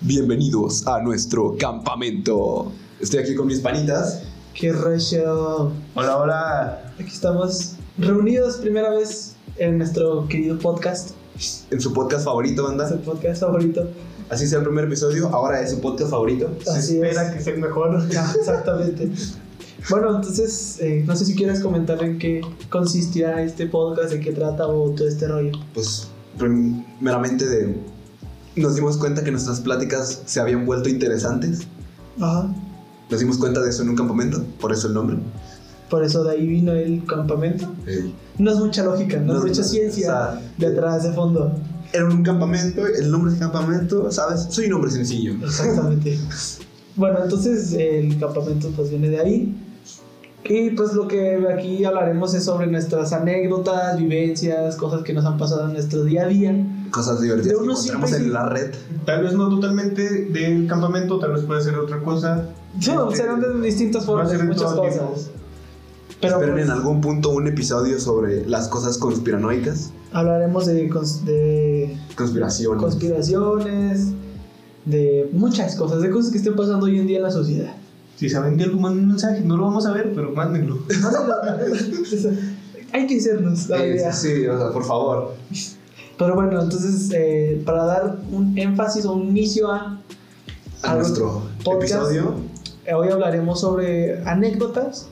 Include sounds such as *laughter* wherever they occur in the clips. Bienvenidos a nuestro campamento. Estoy aquí con mis panitas. ¡Qué rollo! Hola, hola. Aquí estamos reunidos primera vez en nuestro querido podcast, En su podcast favorito, nuestro banda. podcast favorito. Así sea el primer episodio, ahora es su podcast favorito. Se Así espera es. que sea el mejor. *laughs* Ya, exactamente. Bueno, entonces, eh, no sé si quieres comentar en qué consistirá este podcast, de qué trata o todo este rollo. Pues primeramente de... Nos dimos cuenta que nuestras pláticas se habían vuelto interesantes. Ajá. Nos dimos cuenta de eso en un campamento, por eso el nombre. Por eso de ahí vino el campamento. No es mucha lógica, no, Nos- es mucha ciencia o sea, detrás de fondo. Era un campamento, el nombre es campamento, ¿sabes? Soy un hombre sencillo. Exactamente. bueno, entonces el campamento pues viene de ahí. Y pues lo que aquí hablaremos es sobre nuestras anécdotas, vivencias, cosas que nos han pasado en nuestro día a día. Cosas divertidas De que uno encontramos siempre- en la red. Tal vez no totalmente del campamento, tal vez puede ser otra cosa. No, Este, serán de distintas Va formas, a ser en muchas todo cosas. tipo. Pero Esperen pues, en algún punto un episodio sobre las cosas conspiranoicas. hablaremos de, cons- de Conspiraciones. conspiraciones, de muchas cosas, de cosas que estén pasando hoy en día en la sociedad. *laughs* Si saben de algo, manden un mensaje. No lo vamos a ver, pero mándenlo. Hay que hacernos la Eh, idea. sí, o sea, por favor. Pero bueno, entonces, eh, para dar un énfasis o un inicio a, A Algo- nuestro podcast. episodio. eh, hoy hablaremos sobre anécdotas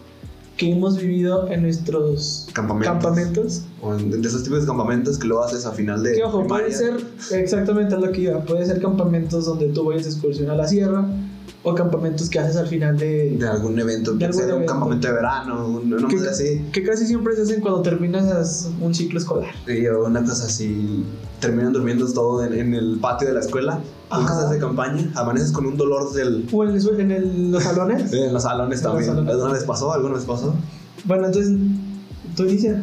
que hemos vivido en nuestros Campamento. campamentos. O en- de esos tipos de campamentos que lo haces a final de. Que ojo, puede primaria. ser exactamente lo que iba, puede ser campamentos donde tú vayas de excursión a la sierra o campamentos que haces al final De de... algún evento, De que algún sea de un evento. campamento de verano, un- una ¿Qué- cosa así. Que casi siempre se hacen cuando terminas un ciclo escolar. Y una cosa así. Terminan durmiendo todo en, en el patio de la escuela. Con Ajá. casas de campaña. Amaneces con un dolor del. O en, el sue- en el- los salones. En los salones En los también. salones. ¿Alguna vez pasó? ¿Alguna vez pasó? Bueno, entonces, tú inicia.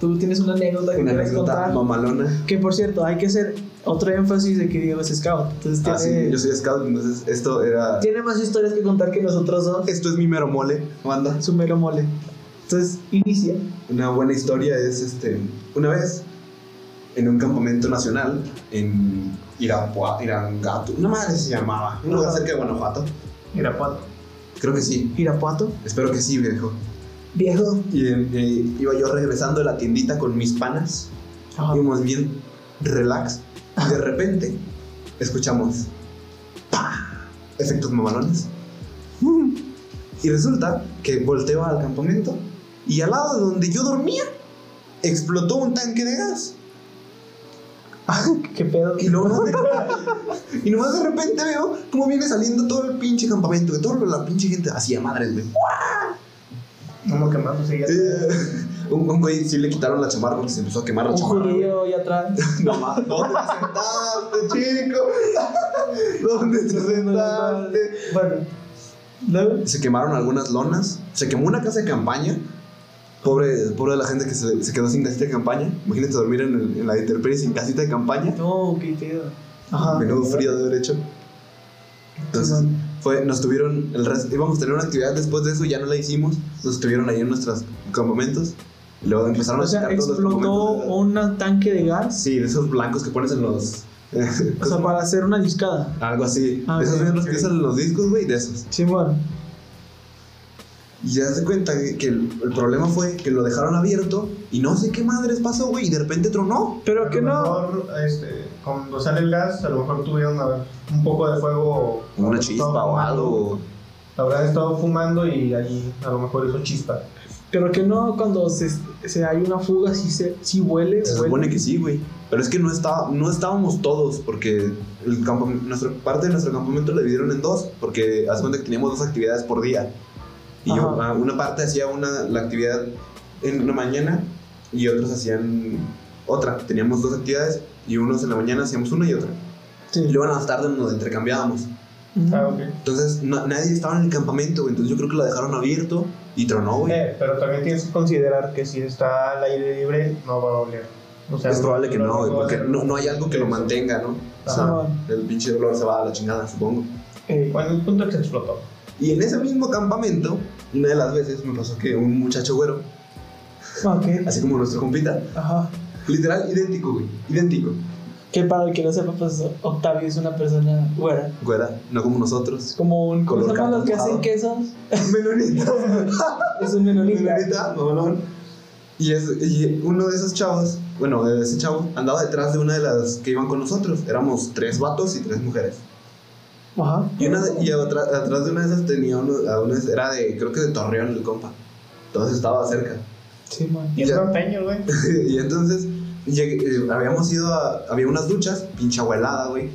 Tú tienes una anécdota que Una quieras anécdota contar. mamalona. Que por cierto, hay que hacer otro énfasis de que Diego es scout. Entonces Ah, sí, tiene, yo soy scout, entonces esto era. tiene más historias que contar que nosotros dos. Esto es mi mero mole, banda. Su mero mole. Entonces, inicia. Una buena historia es este. Una vez, en un campamento nacional, en Irapuato, Irangato, una madre se llamaba, un lugar cerca de Guanajuato. Irapuato. Creo que sí, Irapuato, espero que sí, viejo. viejo. Y eh, eh, iba yo regresando de la tiendita con mis panas, Ajá. íbamos bien relax, y de repente escuchamos ¡pa! efectos mamalones. Y resulta que volteo al campamento y al lado de donde yo dormía explotó un tanque de gas. ¿Qué pedo? Y luego nomás de, *laughs* y nomás de repente veo cómo viene saliendo todo el pinche campamento, de toda la pinche gente así a madres, güey. *laughs* Como quemándose ya. Eh, *laughs* un, un güey sí le quitaron la chamarra porque se empezó a quemar la Un chamarra. güey. judío y atrás. *laughs* No más, ¿dónde te sentaste, chico? *laughs* ¿Dónde te sentaste? Bueno, luego. Se quemaron algunas lonas, se quemó una casa de campaña. Pobre, pobre de la gente que se, se quedó sin casita de campaña. Imagínate dormir en, el- en la intemperie sin casita de campaña. No, qué pedo. Ajá. Menudo frío de derecho. Entonces, Bueno, fue, nos tuvieron, el resto- íbamos a tener una actividad después de eso, ya no la hicimos, nos tuvieron ahí en nuestros campamentos, y luego empezaron o a sea, sacar todos los explotó campamentos de- un tanque de gas. Sí, de esos blancos que pones en los... O sea, para hacer una discada. Algo así, Ah, de esos ok, mismos que ok. usan en los discos, güey, de esos. Sí, bueno. Y ya se cuenta que que el, el problema fue que lo dejaron abierto y no sé qué madres pasó, güey, y de repente tronó. Pero que A no. lo mejor, este, cuando sale el gas, a lo mejor tuvieron a- un poco de fuego. o Una habrán chispa estado o fumando. algo. Habrán estado fumando y ahí a lo mejor eso chispa. Pero que no, cuando se, se hay una fuga, si, se, si huele. Se huele. supone que sí, güey. Pero es que no, estaba, no estábamos todos, porque el campo, nuestro, parte de nuestro campamento lo dividieron en dos, porque hace cuenta que teníamos dos actividades por día. Y yo, Ajá. ah, una parte hacía una, la actividad en una mañana y otros hacían otra. Teníamos dos actividades y unos en la mañana hacíamos una y otra. Sí. Y luego en las tardes nos intercambiábamos. Ujú. Ah, ok. Entonces na- nadie estaba en el campamento, güey. Entonces yo creo que lo dejaron abierto y tronó, güey. Eh, pero también tienes que considerar que si está al aire libre, no va a oler. O sea, es probable que no, güey, va a porque ser- no, no hay algo que lo mantenga, ¿no? O sea, Ajá. el pinche dolor se va a la chingada, supongo. Eh, Bueno, el punto es que se explotó. Y en ese mismo campamento, una de las veces me pasó que un muchacho güero, ok, así como nuestro compita, ajá. literal idéntico, güey, idéntico, Que para el que no sepa, pues Octavio es una persona güera. Güera, no como nosotros. *laughs* Como un. ¿Cómo se Color llaman los que carne hacen quesos? Menonita. Es un menonita. Menonita, mamalón. Y, es, y uno de esos chavos, bueno, de ese chavo, andaba detrás de una de las que iban con nosotros. Éramos tres vatos y tres mujeres. Ajá. Y, una de- y atra- atrás de una de esas tenía uno, a una, era de, creo que de Torreón el compa. Entonces estaba cerca. *laughs* Sí, man. Y es Ya. norteño, güey. y entonces llegué- eh, habíamos ido a, había unas duchas, pinche abuelada, güey.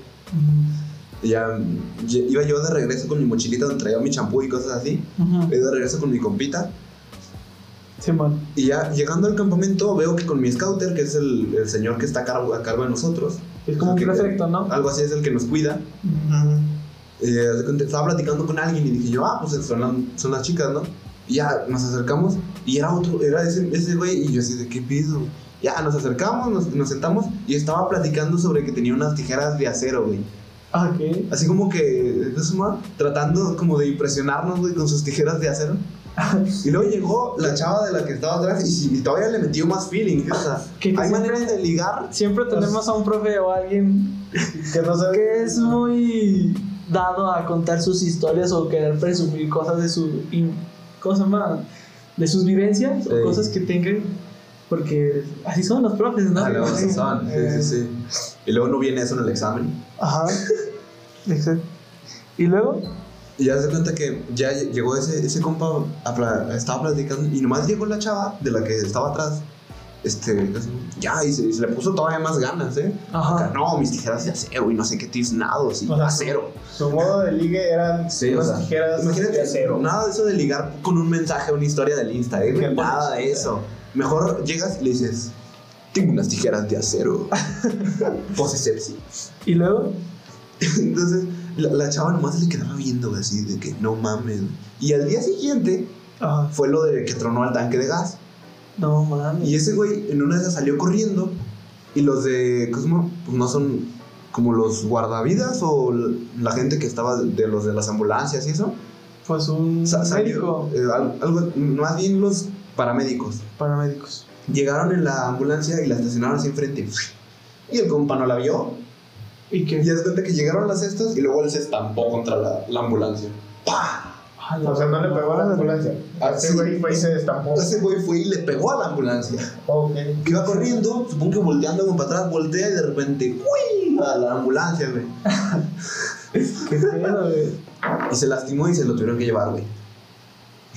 Y ya mm, ye- iba yo de regreso con mi mochilita donde traía mi champú y cosas así. Ajá. Iba de regreso con mi compita. Sí, man. Y ya llegando al campamento veo que con mi scouter, que es el, el señor que está a cargo, a cargo de nosotros, Es como un Que- prefecto, ¿no? algo así es el que nos cuida. eh, haz de cuenta, estaba platicando con alguien y dije yo, ah, pues son, la- son las chicas, ¿no? Y ya nos acercamos y era otro, era ese, ese güey y yo así de qué pido. Ya nos acercamos, nos, nos sentamos y estaba platicando sobre que tenía unas tijeras de acero, güey. Ah, ¿qué? Así como que, ¿no es más? Tratando como de impresionarnos, güey, con sus tijeras de acero. *laughs* Y luego llegó la chava de la que estaba atrás y, sí, y todavía le metió más feeling. O sea, ¿Qué- qué hay siempre- maneras de ligar. Siempre tenemos a un profe o a alguien Que no sabe. que es muy dado a contar sus historias o querer presumir cosas de su. in- ¿Cómo se llama? De sus vivencias Sí. o cosas que tengan. Porque así son los profes, ¿no? Eh. Ah, luego Sí. se son, sí, sí, sí. Y luego no viene eso en el examen. Ajá. Exacto. ¿Y luego? Y ya se cuenta que ya lle- llegó ese, ese compa, a pla- estaba platicando y nomás llegó la chava de la que estaba atrás. Este, ya, y se, y se le puso todavía más ganas, ¿eh? Acá, Ajá. no, mis tijeras de acero y no sé qué tiznados y O sea, acero. Su modo de ligue eran Sí, o unas sea, tijeras Imagínate, de acero. nada de eso de ligar con un mensaje, una historia del Insta, ¿eh? Que Nada pones- de eso. Mejor llegas y le dices, tengo unas tijeras de *laughs* acero. Pose sepsi. ¿Y luego? Entonces, la, la chava nomás le quedaba viendo güey, así de que no mames. güey". Y al día siguiente Ajá. fue lo de que tronó al tanque de gas. No mames. Y ese güey en una de esas salió corriendo. Y los de Cosmo, pues no son como los guardavidas o l- la gente que estaba de de los de las ambulancias y eso. Pues un Sa- salió, médico. eh, al- algo, más bien los paramédicos. Paramédicos. Llegaron en la ambulancia y la estacionaron así enfrente. Y el compa no la vio. ¿Y Y qué? ya se cuenta que llegaron las cestas y luego él se estampó contra la, la ambulancia. ¡Pah! Ah, la O sea, no le pegó a la madre. ambulancia. Ah, Ese sí. güey fue y se destampó. Ese güey fue y le pegó a la ambulancia. Ok. Que iba corriendo, supongo que volteando como para atrás, voltea y de repente, ¡uy! A la ambulancia, güey. Qué pedo, güey. Y se lastimó y se lo tuvieron que llevar, güey. *laughs*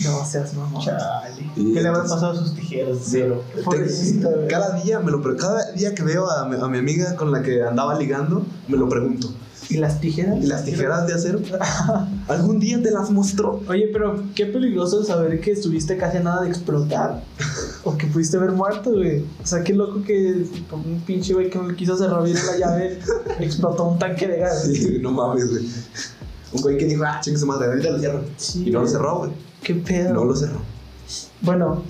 No seas mamón. Chale. Y ¿Qué le habrán entonces- pasado a sus tijeras de acero? Pobrecita, Te- güey. cada día me lo pre- cada día que veo a mi, a mi amiga con la que andaba ligando, me lo pregunto. ¿Y las tijeras? ¿Y las tijeras de *laughs* acero? ¿Algún día te las mostró? Oye, pero qué peligroso saber que estuviste casi a nada *laughs* de explotar. o que pudiste haber muerto, güey. O sea, qué loco que por un pinche güey que no le quiso cerrar bien la *laughs* llave explotó un tanque de gas. Sí, no mames, güey. Un güey que dijo, ah, chingue su madre, ahorita lo cierro. Sí, Y no lo güey. cerró, güey. Qué pedo. No lo cerró. Bueno,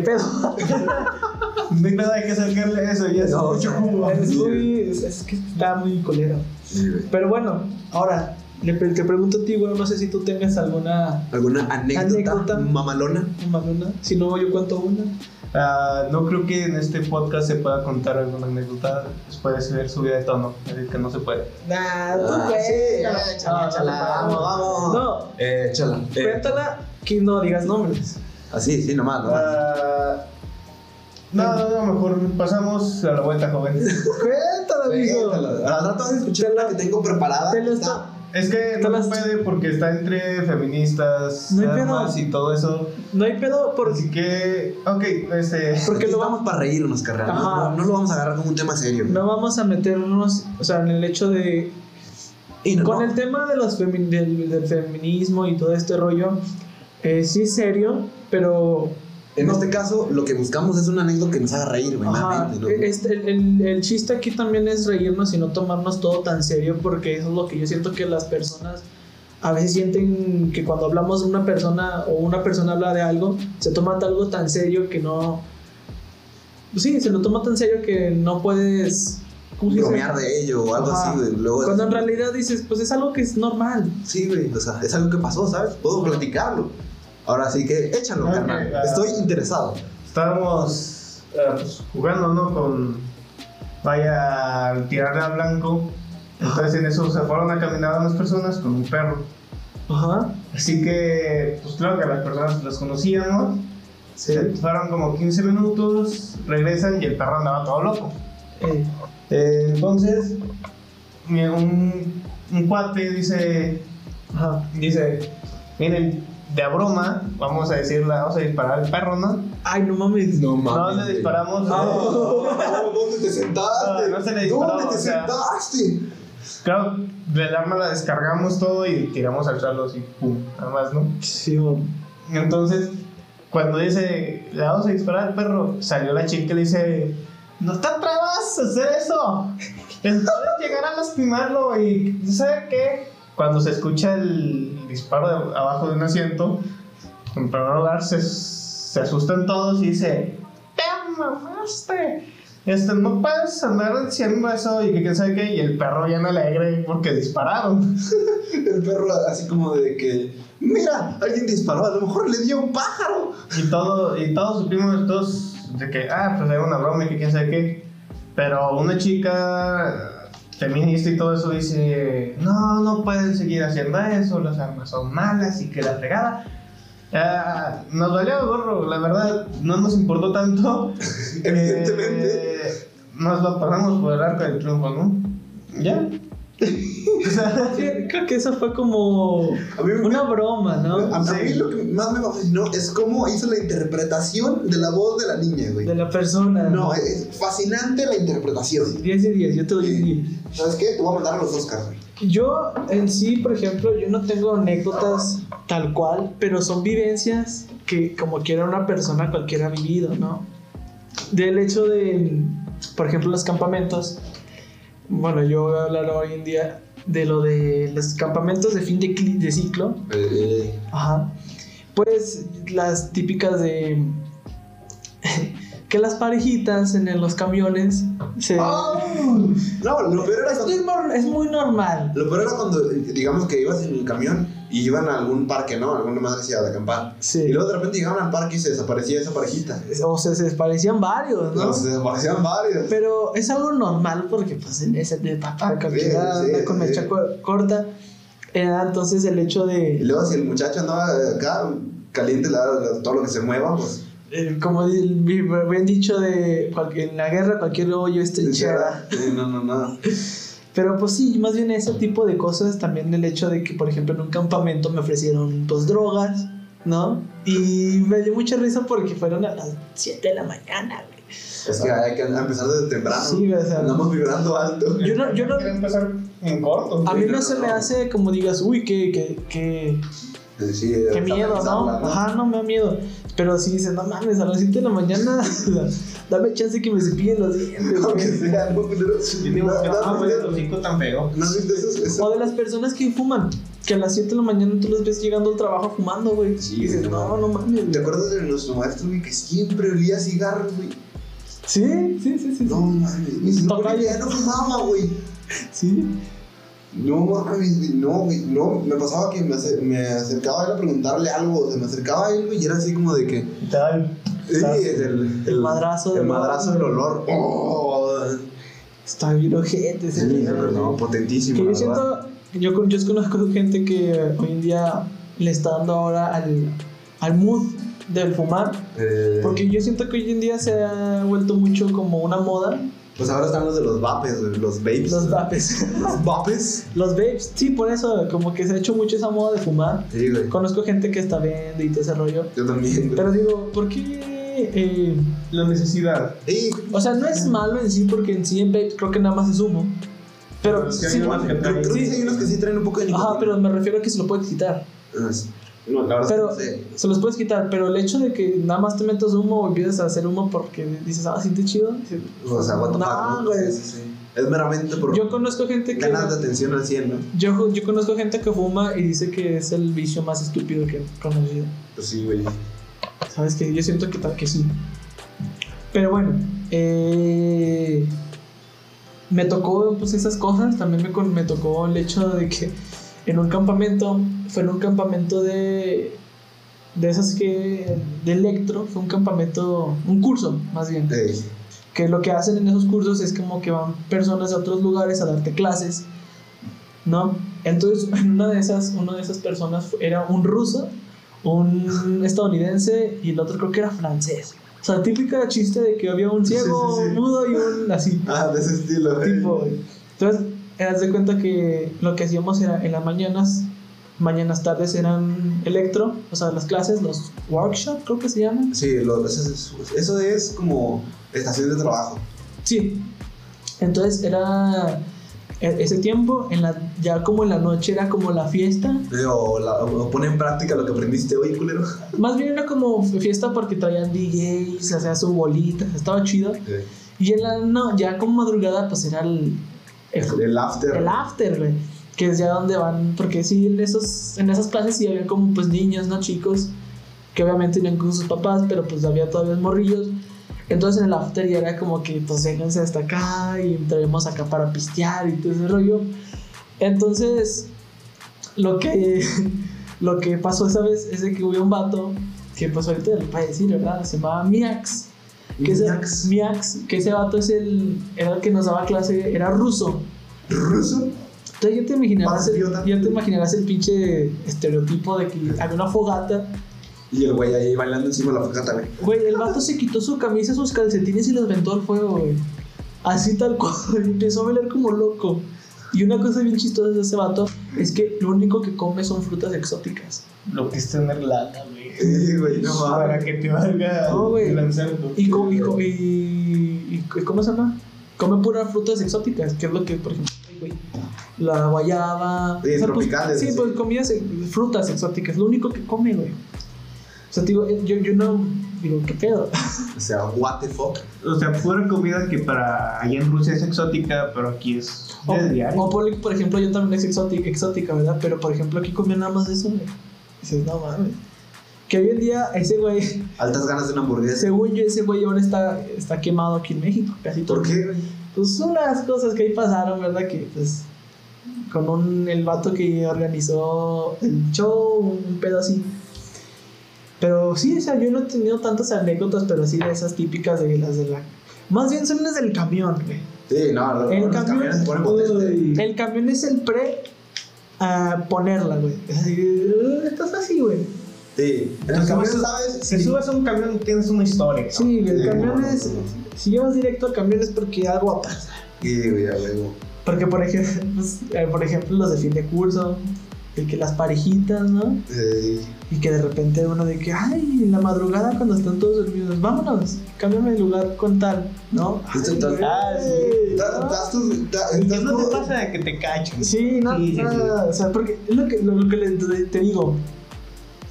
*laughs* pedo. *laughs* No hay nada que sacarle eso, ya es No, mucho jugo. es, muy, es, es que está muy colero. Sí, güey. Pero bueno, ahora le pre- te pregunto a ti, güey, no sé si tú tengas alguna ¿Alguna anécdota, Anécdota. mamalona? mamalona. Si no, yo cuento una. Ah, no creo que en este podcast se pueda contar alguna anécdota después de subir subida de tono, así que no se puede. Nah, tú, Ah, güey. sí, No, eh, chala, no, chala, no, vamos, vamos. Ah, No, Eh, chala. eh, cuéntala que no digas nombres. Así, sí, nomás, nomás. Ah, no, no, no, mejor pasamos a la vuelta, joven. Cuéntala, amigo. Cuéntala. Al rato vas a escuchar Te la la- que tengo preparada. te lo Está- está- Es que Te no las- puede porque está entre feministas, No hay armas pedo. y todo eso. No hay pedo porque, Así que, ok, este. porque Aquí lo vamos, estamos para reírnos, carnal. Ajá. No, no lo vamos a agarrar como un tema serio. no vamos a meternos, o sea, en el hecho de Y no- Con no. el tema de los femi- del, del feminismo y todo este rollo, eh, sí es serio, pero En no. este caso, lo que buscamos es un anécdota que nos haga reír, güey. ajá, obviamente, ¿no? este, el, el- el chiste aquí también es reírnos y no tomarnos todo tan serio porque eso es lo que yo siento que las personas a veces sienten que cuando hablamos de una persona o una persona habla de algo, se toma algo tan serio que no... Sí, se lo toma tan serio que no puedes... ¿cómo se dice? Bromear de ello o algo Ajá. así, güey. Luego, Cuando en realidad dices, pues es algo que es normal. Sí, güey. O sea, es algo que pasó, ¿sabes? Puedo platicarlo. Ahora sí que échalo, Ok, carnal. ah. Estoy interesado. eh, Estábamos ah, pues, jugando, ¿no? Con, vaya a tirarle al blanco. Entonces en eso se fueron a caminar unas personas con un perro. Ajá. Así que, pues claro que las personas las conocíamos. Sí. Se fueron como 15 minutos, regresan y el perro andaba todo loco. Eh, Eh, entonces, mi- un, un cuate dice, ajá. dice, miren, de a broma, vamos a decirle, vamos a disparar al perro, ¿no? Ay, no mames. No No mames. le disparamos. eh, No, *laughs* ¿Dónde te sentaste? Ah, no se le disparó, ¿Dónde te o sea. sentaste? Claro, del arma la descargamos todo y tiramos al suelo así, pum, nada más, ¿no? Sí, mon. Entonces, cuando dice, le vamos a disparar al perro, salió la chica y le dice, no te atrevas a hacer eso. Les puedes llegar a lastimarlo y ¿sabe qué? Cuando se escucha el disparo de- abajo de un asiento, en primer lugar se, se asustan todos y dice, te mamaste. Este, no puedes andar diciendo eso y que quién sabe qué, y el perro bien alegre porque dispararon. El perro así como de que, mira, alguien disparó, a lo mejor le dio un pájaro. Y, todo, y todos supimos todos de que, ah, pues era una broma y que quién sabe qué. Pero una chica eh, feminista y todo eso dice, no, no pueden seguir haciendo eso, las armas son malas y que la fregada. Ah, nos valió gorro, la verdad, no nos importó *laughs* tanto. Evidentemente. Eh, nos lo pasamos por el arco del triunfo, ¿no? Ya. O sea, Sí, *laughs* creo que eso fue como A mí me- *laughs* una broma, A, ¿no? a mí lo que más me fascinó es cómo hizo la interpretación de la voz de la niña, güey. De la persona. No, eh, es es fascinante la interpretación. 10 de 10, yo te doy un 10. ¿Sabes qué? Te voy a mandar a los Oscars, güey. Yo en sí, por ejemplo, yo no tengo anécdotas tal cual, pero son vivencias que como quiera una persona cualquiera ha vivido, ¿no? Del hecho de, por ejemplo, los campamentos. Bueno, yo voy a hablar hoy en día de lo de los campamentos de fin de, cli- de ciclo. eh. Ajá. Pues las típicas de *laughs* que las parejitas en el- los camiones se... Ah, No, lo peor era Esto cuando, es, mor- es muy normal. lo peor era cuando, eh, digamos que ibas en el camión y iban a algún parque, ¿no? Alguna madre ciudad de acampar. Sí. Y luego de repente llegaban al parque y se desaparecía esa parejita. o sea, se parecían varios, ¿no? No, se desaparecían varios. Pero es algo normal porque pues en ese de papá Sí, cualquiera sí, anda con sí. mecha cu- corta. Era entonces el hecho Y de, luego si el muchacho andaba acá, caliente la- la- todo lo que se mueva, pues... eh, como di- bi- bien dicho, de cual- en la guerra cualquier hoyo es trinchera. Sí, No, no, no. Pero pues sí, más bien ese tipo de cosas, también el hecho de que por ejemplo en un campamento me ofrecieron pues drogas, ¿no? Y me dio mucha risa porque fueron a las 7 de la mañana, güey. Es que hay que empezar desde temprano. Sí, o sea, Andamos vibrando alto. Yo no- yo no- Quiero empezar en corto. a mí no no, se no. me hace como digas, uy, que, que, que, Sí, Qué miedo, ¿no? Ajá, no me da miedo. Pero sí dices, no mames, a las 7 de la mañana, *laughs* dame chance que me cepillen los dientes. Aunque güey". sea, no, pero- Yo digo, ¿No- no ah, has güey, pues, visto- el hocico tan feo. ¿No has visto esos? esos- O de las personas que fuman, que a las 7 de la mañana tú los ves llegando al trabajo fumando, güey. Sí, Y dices, güey, no, no no mames. ¿Te güey". acuerdas de nuestro maestro, güey, que siempre olía a cigarros, güey? Sí, sí, sí, sí. No sí. mames, Mis mi no, papás- ya no fumaba, güey. Sí. No mames, güey, no, güey, no. Me pasaba que me, ace- me acercaba a él a preguntarle algo, o sea, me acercaba a él, güey, y era así como de que. Tal. Sí, Tal. es el, El madrazo El del madrazo del olor. Oh, Está bien ojete ese sí, pedo, pero güey. no, potentísimo. Que yo la verdad. siento, yo, con- yo conozco gente que hoy en día le está dando ahora al, al mood del fumar. Eh, Porque yo siento que hoy en día se ha vuelto mucho como una moda Pues ahora están los de los vapes, güey, los vapes. los vapes. Los *laughs* vapes. Los vapes, sí, por eso, como que se ha hecho mucho esa moda de fumar. Sí, güey. Conozco gente que está viendo y todo ese rollo. Yo también, güey. Pero digo, ¿por qué? eh, La necesidad. Sí, o sea, no es malo en sí, porque en sí en vape creo que nada más es humo. Pero, Pero es que sí, hay unos que Creo, creo Sí. que sí hay unos que sí traen un poco de nicotina. ajá, pero me refiero a que se lo puedes quitar. Ah, sí. No, la verdad Pero no sé. se los puedes quitar, pero el hecho de que nada más te metas humo o empiezas a hacer humo porque dices, ah, siente chido. dices, O sea, what the no, fuck, Sí, güey. sí, sí. Es meramente por Yo conozco gente que. ganas de atención al 100, ¿no? Yo, yo conozco gente que fuma y dice que es el vicio más estúpido que he conocido. Pues sí, güey. Sabes que yo siento que, tal- que sí. Pero bueno, eh, me tocó pues esas cosas. También me, con- me tocó el hecho de que en un campamento, fue en un campamento de. De esas que. De electro, fue un campamento. Un curso, más bien. Ey, que lo que hacen en esos cursos es como que van personas a otros lugares a darte clases, ¿no? Entonces, *laughs* en una de esas, una de esas personas fu- era un ruso, un estadounidense y el otro creo que era francés. O sea, típica chiste de que había un Sí, sí, ciego, sí. un mudo y *laughs* un así Ah, de ese estilo. eh. tipo, güey. Entonces, eh, haz de cuenta que lo que hacíamos era en las mañanas, mañanas tardes eran electro, o sea, las clases, los workshops, creo que se llaman. Sí, lo- eso, es, eso es como estación de trabajo. Sí. Entonces era e- ese tiempo, en la, ya como en la noche era como la fiesta, O, la- o pone en práctica lo que aprendiste hoy, culero. más bien era como fiesta porque traían DJs, hacían su bolita, estaba chido. Y en la no, ya como madrugada pues era el, el, El, el after. El after, güey. Que es ya donde van. Porque sí, en, esos, en esas clases sí había como pues niños, ¿no? Chicos. Que obviamente iban con sus papás, pero pues había todavía morrillos. Entonces en el after ya era como que pues déjense hasta acá y entraremos acá para pistear y todo ese rollo. Entonces, lo que, *laughs* lo que pasó esa vez es de que hubo un vato que pues ahorita les voy a decir, ¿verdad? Se llamaba Miax. Que ese- Miax. Miax, que ese vato es el, era el que nos daba clase, era ruso. ¿Ruso? Entonces ya te imaginarás, el, Patriota. ya te imaginarás el pinche estereotipo de que había una fogata. Y el güey ahí bailando encima de la fogata, güey. Güey, el vato se quitó su camisa, sus calcetines y los aventó al fuego, güey. Así tal cual, *laughs* empezó a bailar como loco. Y una cosa bien chistosa de ese vato es que lo único que come son frutas exóticas. Lo que es tener lana, güey. Sí, güey, no mames. Para que te valga No, güey. lanzarlo. Y, co- y, co- y- y- ¿Cómo se llama? Come puras frutas exóticas, que es lo que, por ejemplo, ay, güey, la guayaba. Sí, o sea, tropicales, Pues, sí, así. pues comidas, eh, frutas exóticas, lo único que come, güey. O sea, te digo, eh, yo, yo no. Digo, ¿qué pedo? O sea, what the fuck. O sea, pura comida que para allá en Rusia es exótica, pero aquí es O, de diario. o ponle que, por ejemplo, yo también es exótica, exótica, ¿verdad? Pero por ejemplo, aquí comía nada más de eso, güey. Dices, no mames. Que hoy en día ese güey, *laughs* Altas ganas de una hamburguesa. según yo, ese güey ahora está, está quemado aquí en México, casi todo. ¿Por qué, güey? pues unas cosas que ahí pasaron, ¿verdad? Que pues con un, el vato que organizó el show, un pedo así. Pero sí, o sea, yo no he tenido tantas anécdotas, pero sí de esas típicas de las de la... Más bien son las del camión, güey. Sí, no, los, El los camión- camiones se ponen potentes. Uy. El camión es el pre a ponerla, güey. Es así, "Uh, estás así, güey. Sí, en el Entonces, camión, eso- ¿sabes? Si subes a un camión, tienes una historia. ¿no? Sí, güey, el Sí, camión no, es... no, no. Si llevas directo al camión es porque algo va a pasar. Sí, güey, a huevo. Porque, por ejemplo, pues, eh, por ejemplo, los de fin de curso, de que las parejitas, ¿no? Sí. Y que de repente uno de que, ay, en la madrugada cuando están todos dormidos, vámonos, cámbiame de lugar con tal, ¿no? Es Ay, total- güey, Ah, sí. Da- das tus- da- ¿Y das no tus- te pasa de que te cachan? Sí, no, Sí, sí, no, sí. o sea, porque es lo que, lo, lo que le- te, te digo,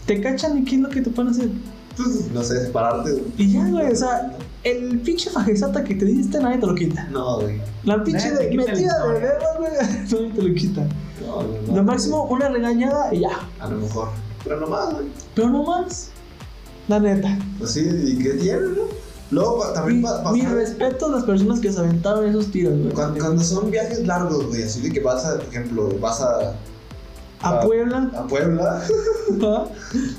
te cachan y qué es lo que te pueden hacer. pues, No sé, pararte. güey. Y ya, güey, o sea, el pinche fajezata que te diste nadie te lo quita. No, güey. La pinche Nadie te de- quita la metida de historia. verga, güey, *laughs* nadie te lo quita. No, no, no. Lo máximo, una regañada y ya. A lo mejor. Pero nomás, güey. Pero no más. La neta. Pues sí, ¿y qué tiene, no? Luego pa- también Mi, pa- mi pasar- respeto a las personas que se aventaron esos tiros, güey. cuan- Cuando son viajes largos, güey, así de que vas a, por ejemplo, vas a, A Puebla. *laughs* a Puebla, *laughs* Ah.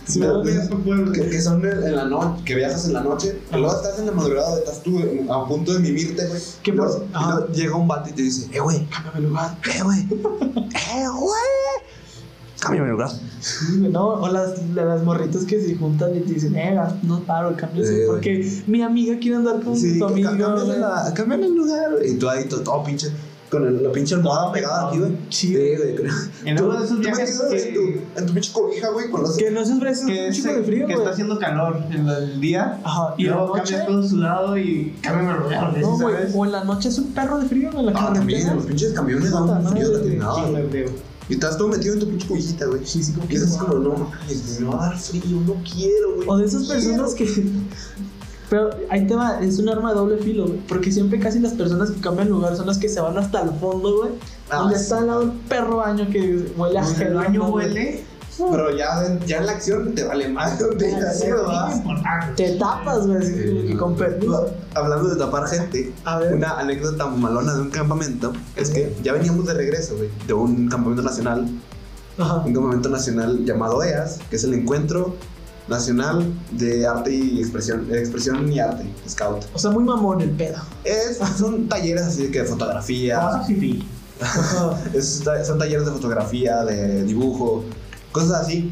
Si me da miedo. que, que son en, en la noche, que viajas en la noche, y luego estás en la madrugada, estás tú en- a punto de vivirte, güey. Que Y por- luego- y ajá. luego llega un vato y te dice, eh, güey, cámbiame el lugar, eh, güey, eh, güey, cámbiame el lugar. Sí, güey, No, o las, las morritas que se juntan y te dicen, eh, no paro, cambio Sí, eso, güey. porque mi amiga quiere andar con Sí, tu ca- amigo. cámbiame, güey". la- cámbiame el lugar, güey. Y tú ahí todo, todo pinche, con el- la pinche almohada pegada aquí, güey. Sí, güey, creo. En Tú- uno de esos tú viajes metido que- en, tu, en tu pinche cobija, güey, con los... Que no se ofrece Que, un chico ese- de frío, que güey. está haciendo calor en el día. Ajá, Y y en la luego noche. cambias todo sudado y cámbiame los reales, No, güey, ¿sabes? o en la noche es un perro de frío en la Ah, también, carretera. los pinches camiones dan Puta un frío de madre, la chingada, Sí, güey. me veo. Y estás todo metido en tu pinche cobijita, güey. Sí, sí, como Y que es no. como, no mames, me va a dar frío, no quiero, güey. O de esas no personas quiero. que. *laughs* Pero ahí te va, es un arma de doble filo, güey. Porque siempre casi las personas que cambian lugar son las que se van hasta el fondo, güey. Ah, donde sí. está al lado el perro baño que huele a El gelado, baño güey. huele. Pero ya, ya en la acción te vale más donde Ya, ya sí, sí, es ¿verdad? importante. Te tapas, güey, así como que con permiso. Hablando de tapar gente, A ver. una anécdota malona de un campamento es que ya veníamos de regreso, güey, de un campamento nacional, Ajá. E un campamento nacional llamado EAS, que es el encuentro Nacional de Arte y Expresión, Expresión y Arte, Scout. O sea, muy mamón el pedo. Es, son talleres así de que de fotografía, Vamos a fifí. Ajá. es ta- son talleres de fotografía, de dibujo, cosas así,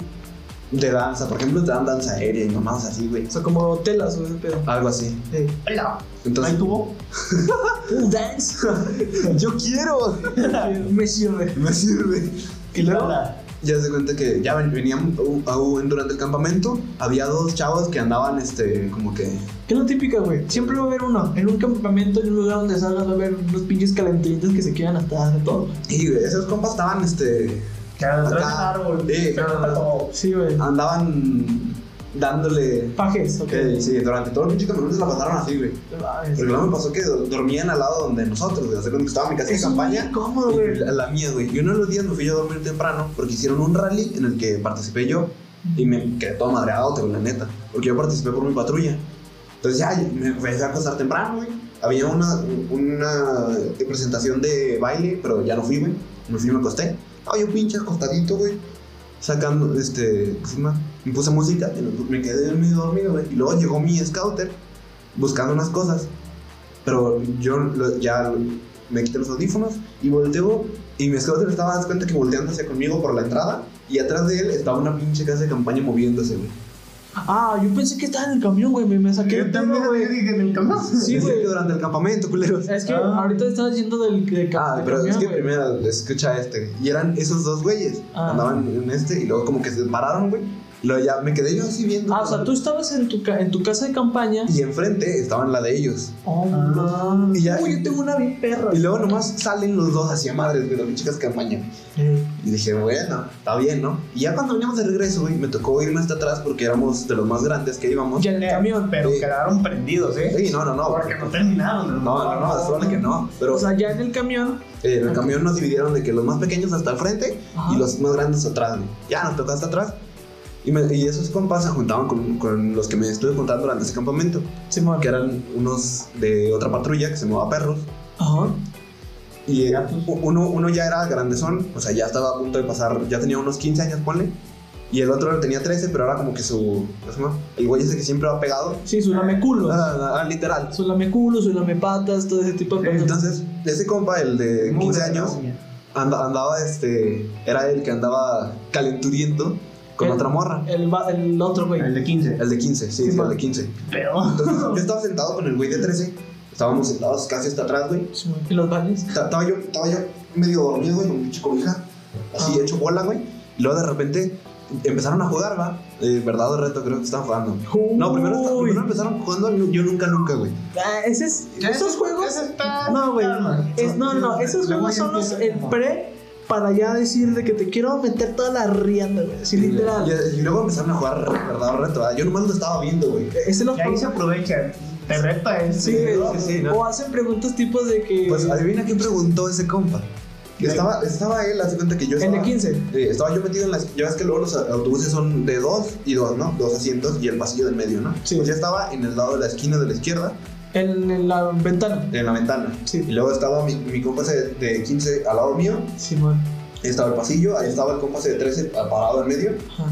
de danza, por ejemplo, te dan danza aérea y mamadas así, güey, O sea, como telas, güey, ese pedo. algo así. Sí. Hola. ¿No hay Entonces, tubo? Uh, dance. yo quiero, *laughs* *laughs* Me sirve. me sirve. Y luego, Hola. ya se cuenta que ya ven- venían uh, uh, durante el campamento, había dos chavos que andaban, este, como que, Que es lo típico, güey. Siempre va a haber uno. En un campamento, en un lugar donde salgas, va a haber unos pinches calenturitas que se quedan hasta de todo. y güey, esos compas estaban, este, Que atrás del Acá. árbol. Sí, Pero claro. no. Sí, güey. andaban dándole Pajes, ok. Que, sí, durante todo el pinche campamento se la pasaron así, güey. No mames. Porque luego me pasó que do- dormían al lado donde nosotros, güey. O sea, cuando estaba mi casa de Eso es muy campaña. incómodo, güey. y La, la mía, güey. Y uno de los días me fui yo a dormir temprano porque hicieron un rally en el que participé yo y me quedé todo madreado, te digo, la neta. Porque yo participé por mi patrulla. Entonces ya me empecé a acostar temprano, güey. Había una, una presentación de baile, pero ya no fui, güey. Me fui y me acosté. Ay, un pinche acostadito, güey. Sacando, este, ¿cómo se llama? me puse música y me- me quedé medio dormido, güey. Y luego llegó mi scouter buscando unas cosas. Pero yo lo- ya me quité los audífonos y volteo. Y mi scouter estaba, das cuenta que volteándose conmigo por la entrada. Y atrás de él estaba una pinche casa de campaña moviéndose, güey. Ah, yo pensé que estaba en el camión, güey. Me, me saqué Yo de también pedo, güey. dije en el camión. Ah, Sí, Decía güey. que durante el campamento, culeros. Es que Ah. ahorita estabas yendo del, del ca- Ah, del pero es camión, que güey. primero escucha este. Y eran esos dos güeyes. Ah. Andaban en este y luego como que se pararon, güey. Y Luego ya me quedé yo así viendo. Ah, o sea, tú estabas en tu, ca- en tu casa de campaña. Y enfrente estaban la de ellos. Oh, Ah. mames. Y ya- Uy, yo tengo una bien perra. Y luego nomás salen los dos hacia madres, güey, las chicas que amañan. Eh, Y dije, bueno, está bien, ¿no? Y ya cuando veníamos de regreso, güey, me tocó irme hasta atrás porque éramos de los más grandes que íbamos. Ya en el camión. Pero Sí. quedaron prendidos, ¿eh? Sí, no, no, no. Porque no terminaron. No, no, no, se supone que no. Pero O sea, ya en el camión. eh, en el camión nos dividieron de que los más pequeños hasta el frente Ajá. y los más grandes atrás, güey. Ya nos tocó hasta atrás. Y, me- y esos compas se juntaban con, con los que me estuve contando durante ese campamento, Simón. que eran unos de otra patrulla que se llamaba Perros. Ajá. Y eh, uno, uno ya era grandezón, o sea, ya estaba a punto de pasar, ya tenía unos 15 años, ponle. Y el otro tenía 13, pero era como que su. ¿Cómo se llama? El güey ese que siempre va pegado. Sí, su lameculo. Ah, ah, ah, literal. Su lameculo, su lamepatas, todo ese tipo de cosas. Entonces, ese compa, el de 15 años, anda- andaba este. Era el que andaba calenturiento con El- otra morra. El, va- el otro, güey. El de 15. El de 15, sí, Sí, sí, el man. de 15. *laughs* Pero. Entonces, yo estaba sentado con el güey de 13. Estábamos sentados casi hasta atrás, güey. Simón. Y los baños. Ta- Estaba yo, estaba yo medio dormido, güey, con un pinche cobija, así Ah. hecho bola, güey. Y luego de repente empezaron a jugar, va. Eh, verdad o reto, creo que estaban jugando. No, primero, esta- Uy. primero empezaron jugando al yo nunca, nunca, güey. Ah, ese es, esos juegos. Ese está. No, güey. calma. Es- no, no, esos Luego juegos ya son los el empieza- pre para ya decir de que te quiero meter toda la rienda, güey. Así literal. Y, y luego empezaron a jugar verdad o reto, ¿va? Yo nomás lo estaba viendo, güey. Ese los Y ahí se aprovechan. Te reta ese. Sí, güey. sí, sí, ¿no? O hacen preguntas tipos de que. Pues adivina quién preguntó ese compa. Que Sí. Estaba, estaba él, hace cuenta que yo en estaba. el 15. eh, estaba yo metido en las. Ya ves que luego los autobuses son de dos y dos, ¿no? Dos asientos y el pasillo del medio, ¿no? Sí. Pues yo estaba en el lado de la esquina de la izquierda, En, en la ventana. en la ventana. Y Sí. luego estaba mi, mi compa ese de 15 al lado mío, Simón. ahí estaba el pasillo, ahí estaba el compa ese de 13 parado en medio, Ajá.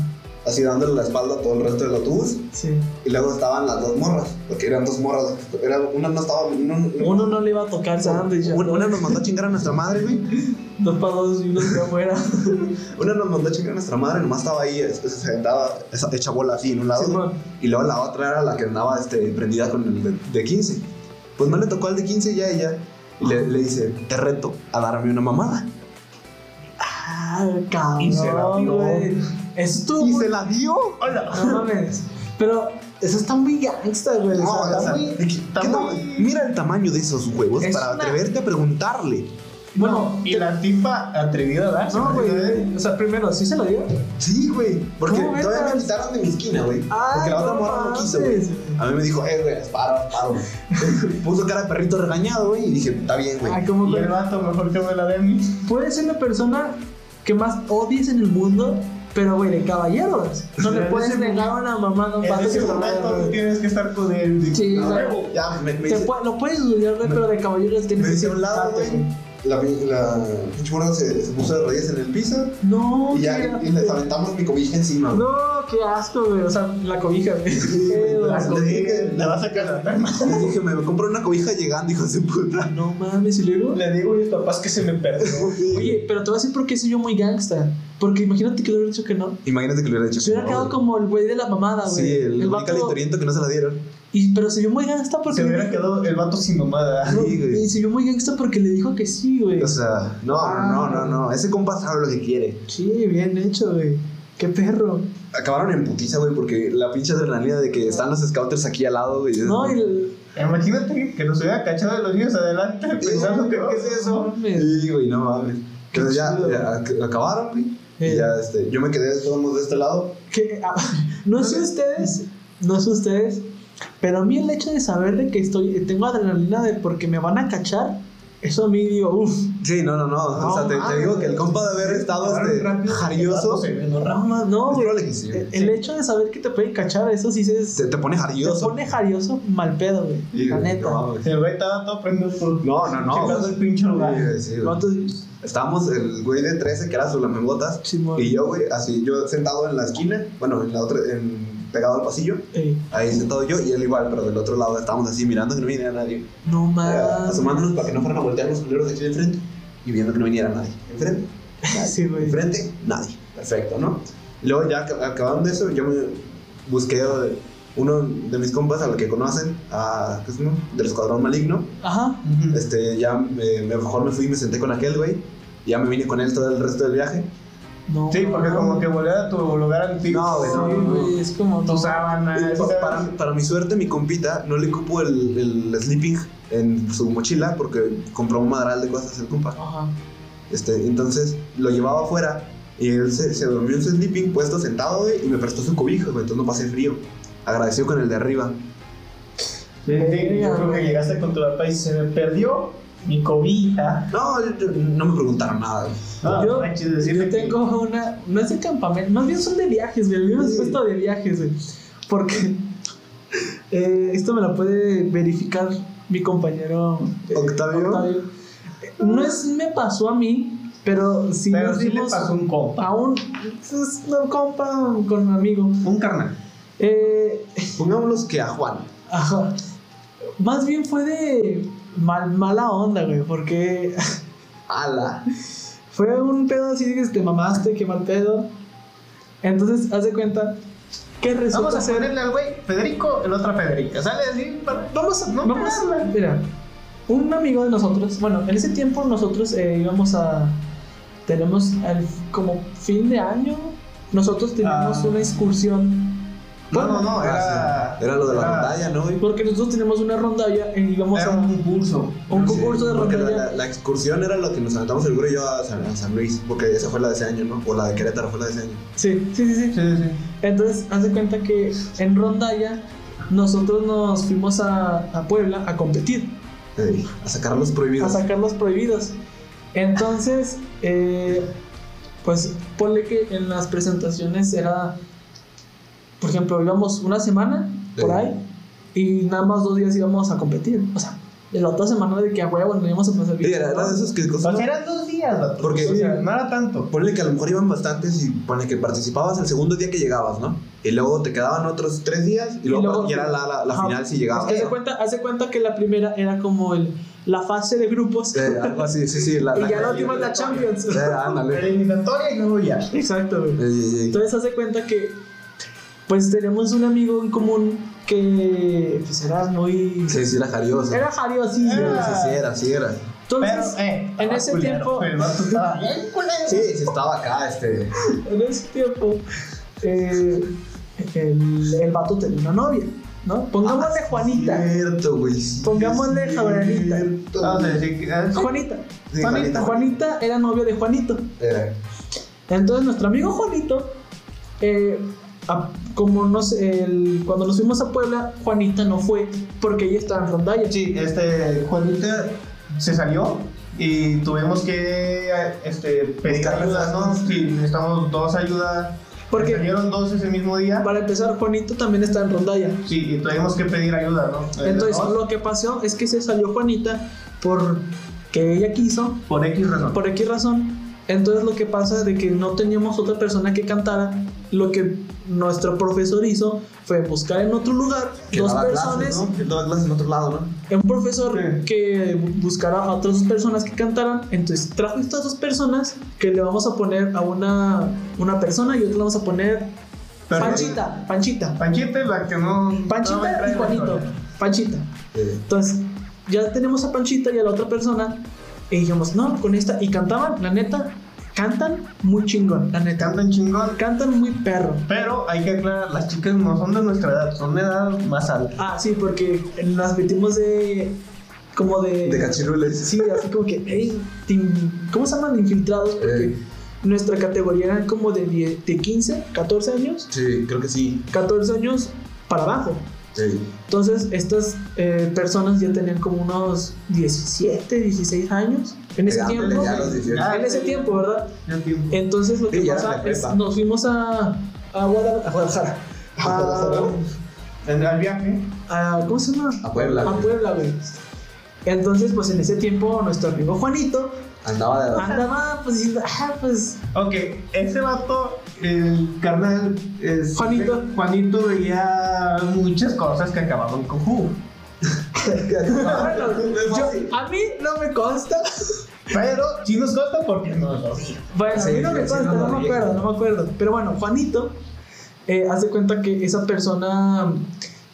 así dándole la espalda a todo el resto del autobús. Sí. Y luego estaban las dos morras, porque eran dos morras. Era, una no estaba. no- no- Uno no le iba a tocar sándwich. una, Uno, una nos mandó a chingar a nuestra madre, güey. dos para dos y uno para afuera. Una nos mandó a chingar a nuestra madre, nomás estaba ahí, es- es- se andaba esa- hecha bola así en un lado. Simón. y luego la otra era la que andaba este, prendida con el de, de 15. Pues no le tocó al de 15 ya ella. Y le, le dice, te reto a darme una mamada. Ah, Y se la cabrón, tiró. güey. Eso estuvo Y muy- se la dio. Hola. No mames. Pero eso está muy gangsta, güey. No, O sea, o sea, está muy- ¿qué- qué está tama- muy- Mira el tamaño de esos huevos Es para una- atreverte a preguntarle. Bueno, Y la tipa atrevida a darse. no, güey. O sea, primero, ¿sí se la dio? Sí, güey. Porque ¿Cómo todavía ves? me quitaron de mi esquina, güey. Ah, Porque la otra no morra no quiso, güey. mames. A mí me dijo, eh, güey, paro, *laughs* paro. Puso cara de perrito regañado, güey, y dije, está bien, güey. Ah, como Y que- el vato mejor que me la dé a mí. Puede ser la persona que más odies en el mundo, pero, güey, de caballeros. No le Pero en puedes ese negar a una mamá con En patas ese y momento mamadas, güey. tienes que estar con él. Sí, No, o sea, güey, ya, me, me te hice, pu- lo puedes dudar, güey, pero de caballeros me tienes hice a un lado, sentarte, güey. la, la pinche morra se, se puso de rodillas en el piso No, y ya qué y les aventamos mi cobija encima. güey. No, qué asco, güey. O sea, la cobija, güey. *laughs* Qué La asco, cobija. güey. La vas a calentar más. Les dije, me compré una cobija llegando, hijos de puta. No mames, y luego. Le digo a mis papás que se me perdonó. Oye, pero te voy a decir por qué soy yo muy gangsta. Porque imagínate que le hubiera dicho que no. Imagínate que lo hubiera hecho. Se hubiera no, quedado güey. como el güey de la mamada, güey. Sí, el, el vato- calenturiento que no se la dieron. y, pero se vio muy gangsta porque. Se le hubiera dijo- quedado el vato sin mamada. No, Sí, güey. y se vio muy gangsta porque le dijo que sí, güey. O sea, no, Ah. no, no, no. Ese compa sabe lo que quiere. Sí, bien hecho, güey. Qué perro. Acabaron en putiza, güey, porque la pinche adrenalina de que están los scouters aquí al lado, güey. No, y el, Imagínate que nos hubiera cachado de los niños adelante pensando que qué es eso. Sí, güey, no mames. Entonces ya, chido. ya ac- acabaron, güey. Eh. Y ya, este, yo me quedé de todos modos de este lado. que- ah, *laughs* no sé ustedes, no sé ustedes, pero a mí el hecho de saber de que estoy, tengo adrenalina de porque me van a cachar, eso a mí digo, uff, Sí, no, no, no. No o sea, te, te mames. digo que el compa de haber estado Acabaron este, rápido, jarioso. el vato se Es enojó. no, no, güey. probable que sí, güey. El, el hecho de saber que te pueden cachar, eso sí se es- Se te pone te jarioso. pone jarioso mal pedo, güey. Sí, la güey, neta. no, güey. El güey estaba todo prendido por. No, no, no. Checando el pinche lugar. Sí, güey, sí, güey. ¿Cuántos? Estábamos el güey de 13 que era su lamebotas. Simón. Y yo, güey, así, yo sentado en la esquina, bueno, en la otra, en, pegado al pasillo, Ey, ahí sentado yo y él igual, pero del otro lado estábamos así mirando que no viniera nadie. no Era *laughs* mames. asomándonos para que no fueran a voltear los culeros de aquí de enfrente y viendo que no viniera nadie. Enfrente, nadie. Sí, güey. Enfrente, nadie. Perfecto, ¿no? Luego ya ac- acabando eso, yo me busqué a uno de mis compas a lo que conocen, a, ¿qué es uno? Del Escuadrón Maligno. Ajá. Ujú. Este, ya me, me- mejor me fui y me senté con aquel güey. Ya me vine con él todo el resto del viaje. No. Sí, porque como que mames. volver a tu lugar antiguo. No, güey, no, Sí, no, no. güey, es como Tu no. sábana. Y pa- ¿sabes? para, para mi suerte, mi compita no le cupo el, el sleeping en su mochila porque compró un madral de cosas el compa. Ajá. Este, entonces lo llevaba afuera y él se, se durmió en su sleeping puesto sentado güey, y me prestó su cobijo, güey, entonces no pasé frío. Agradecido con el de arriba. Vente, Yo creo que llegaste con tu papá y se me perdió mi cobija. No, yo- yo- no me preguntaron nada. güey. No, Yo- manches, decirle Yo que- tengo una. No es de campamento, más bien son de viajes, güey. Vivimos Sí. puesto de viajes, güey. Porque. *laughs* eh, esto me lo puede verificar mi compañero eh, Octavio. Eh, No es me pasó a mí, pero sí Pero nos sí le dimos pasó un compa. a un. pues, no, compa con un amigo. Un carnal. Eh, Pongámoslos que a Juan. Ajá. Más bien fue de mal, mala onda, güey, porque *laughs* Ala. fue un pedo así de que te mamaste, que mal pedo. Entonces, haz de cuenta que resulta Vamos a ser- ponerle al güey Federico, el otro Federica. Sale así. para- Vamos a. No vamos a- pegarle. Mira, un amigo de nosotros, bueno, en ese tiempo nosotros eh, íbamos a. Tenemos al- como fin de año, nosotros teníamos Ah. una excursión. No, no, no. Ah, Era, sí. Era lo de la era- pantalla, ¿no? güey? Porque nosotros tenemos una rondalla y íbamos Era a un concurso. un Sí, concurso de porque la, rondalla. la- la excursión era lo que nos aventamos el güey y yo a San, a San Luis, porque esa fue la de ese año, ¿no? O la de Querétaro fue la de ese año. Sí, sí, sí, sí. Sí, sí. Entonces, haz de cuenta que en Rondalla nosotros nos fuimos a, a Puebla a competir, Ey, eh, a sacar los a prohibidos. sacar los prohibidos. Entonces, eh, pues ponle que en las presentaciones era, por ejemplo, íbamos una semana por Sí. ahí y nada más dos días íbamos a competir. O sea, de la otra semana de que a huevo no íbamos a Sí, pasar bien. era, era de esos que O sea, cosas. eran dos días, vato. Porque- o sea, no era tanto. Ponle que a lo mejor iban bastantes y ponle que participabas el segundo día que llegabas, ¿no? Y luego te quedaban otros tres días y luego, luego- pa- y era la, la, la Ajá. final si llegabas. Haz de cuenta, haz de cuenta que la primera era como el, la fase de grupos Sí, algo así, sí, sí. La, *laughs* y ya la última es la Champions. Sí, *laughs* La ándale. eliminatoria y luego ya. Exacto, güey. Ey, ey, ey. Entonces hace cuenta que pues tenemos un amigo en común que pues era muy Sí, sí, era jarioso. era Jario sí. Sí, güey. sí, sí, era, sí, era. Pero, Entonces, eh, en ese culero, tiempo- El vato estaba bien culero. Sí, sí, estaba acá, este. en ese tiempo eh, el, el vato tenía una novia, ¿no? Ah, Pongámosle Juanita. Cierto, güey. sí, Pongámosle cierto, Javianita. güey. Vamos a decir que. ah, Juanita. Sí, Eh, Juanita. Juanita. Juanita era novia de Juanito. Era. Entonces nuestro amigo Juanito, eh, a- como nos, el- cuando nos fuimos a Puebla, Juanita no fue porque ella estaba en rondalla. Sí, este, Juanita se salió y tuvimos que este, pedir Buscar ayuda, ¿no? refuerzos. Sí, necesitamos dos ayudas. Porque- Salieron dos ese mismo día. Para empezar, Juanito también está en rondalla. Sí, y tuvimos que pedir ayuda, ¿no? Entonces, ¿no? lo que pasó es que se salió Juanita por que ella quiso Por X razón. por X razón. Entonces lo que pasa de que no teníamos otra persona que cantara, lo que nuestro profesor hizo fue buscar en otro lugar Que dos daba personas, clases, ¿no? Que daba clases en otro lado, ¿no? un profesor Sí. que buscara a otras dos personas que cantaran. Entonces trajo estas dos personas que le vamos a poner a una, una persona y otra le vamos a poner Pero- Panchita, Panchita, Panchita es la que no. no me Panchita trae y la Juanito, historia. Panchita. Eh, Entonces, ya tenemos a Panchita y a la otra persona. Y dijimos, no, con esta. Y cantaban, la neta, cantan muy chingón, la neta. Cantan chingón. Cantan muy perro. Pero hay que aclarar, las chicas no son de nuestra edad, son de edad más alta. Ah, sí, porque las metimos de. como de. de cachirules. Eh, Sí, así como que, "Ey, tin- ¿cómo se llaman infiltrados? Porque Eh. nuestra categoría era como de, 10 de 15, 14 años. Sí, creo que sí. 14 años para abajo. Sí. Entonces, estas eh, personas ya tenían como unos 17, 16 años en ese Pegándole tiempo. ya a los 18. Ah, En ese tiempo, Eh, ¿verdad? Ya tiempo. Entonces lo que Sí, ya pasa la es prepa. nos fuimos a, a Guadalajara. A Guadalajara. Ah, ¿A Guadalajara? En- Al viaje. a- ¿Cómo se llama? A Puebla, A güey. Puebla, güey. Entonces, pues en ese tiempo, nuestro amigo Juanito Andaba de andaba pues diciendo, ah, pues *laughs* Ok, ese vato, el carnal. es- Juanito. Juanito veía muchas cosas que acababan con *laughs* Ju. bueno, Bueno, yo- a mí no me consta. Pero sí nos consta porque nos *laughs* lo dijo. Bueno, a Sí, mí no me sí, consta, no, no, no, me bien. acuerdo, no me acuerdo. Pero bueno, Juanito eh, hace cuenta que esa persona mm,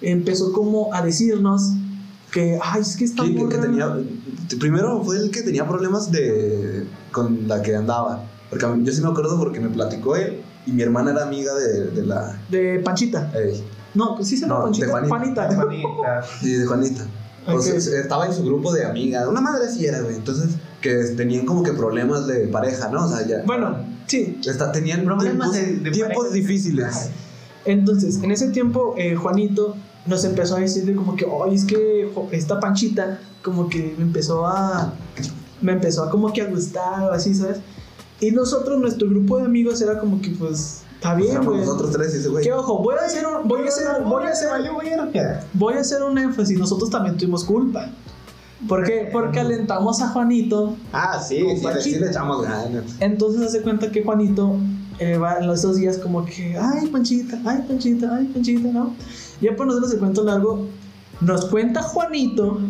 empezó como a decirnos que, ay, es que está que, que tenía, primero fue el que tenía problemas de, con la que andaba. Porque a mí- yo sí me acuerdo porque me platicó él y mi hermana era amiga de, de la. De Panchita. eh, No, pues sí se llama No, Panchita. de Juanita. Juanita. Juanita. sí, de Juanita. O sea, Ok. estaba en su grupo de amigas, una madre así era, güey. Entonces, que tenían como que problemas de pareja, ¿no? O sea, ya. *laughs* Bueno, sí. Está- tenían Problemas tiempos, de- de tiempos pareja. difíciles. Entonces, en ese tiempo, eh, Juanito nos empezó a decir de como que, oye, es que jo- esta Panchita como que me empezó a... Me empezó a como que a gustar o así, ¿sabes? Y nosotros, nuestro grupo de amigos era como que, pues, está Pues bien, éramos güey. nosotros tres y ese güey. Que ojo, voy a hacer un, voy a hacer, un- voy a hacer, Valió verga. voy a hacer un énfasis, nosotros también tuvimos culpa. ¿Por qué? Porque alentamos a Juanito Ah, sí, Con sí, le- sí, Panchita. le echamos ganas. Entonces hace cuenta que Juanito eh, va en esos días como que, ay, Panchita, ay, Panchita, ay, Panchita, ¿no? Ya por nosotros el cuento largo, nos cuenta Juanito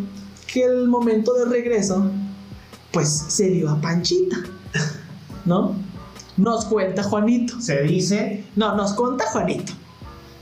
que el momento de regreso, pues se dio a Panchita, ¿no? Nos cuenta Juanito. Se dice, No, nos cuenta Juanito.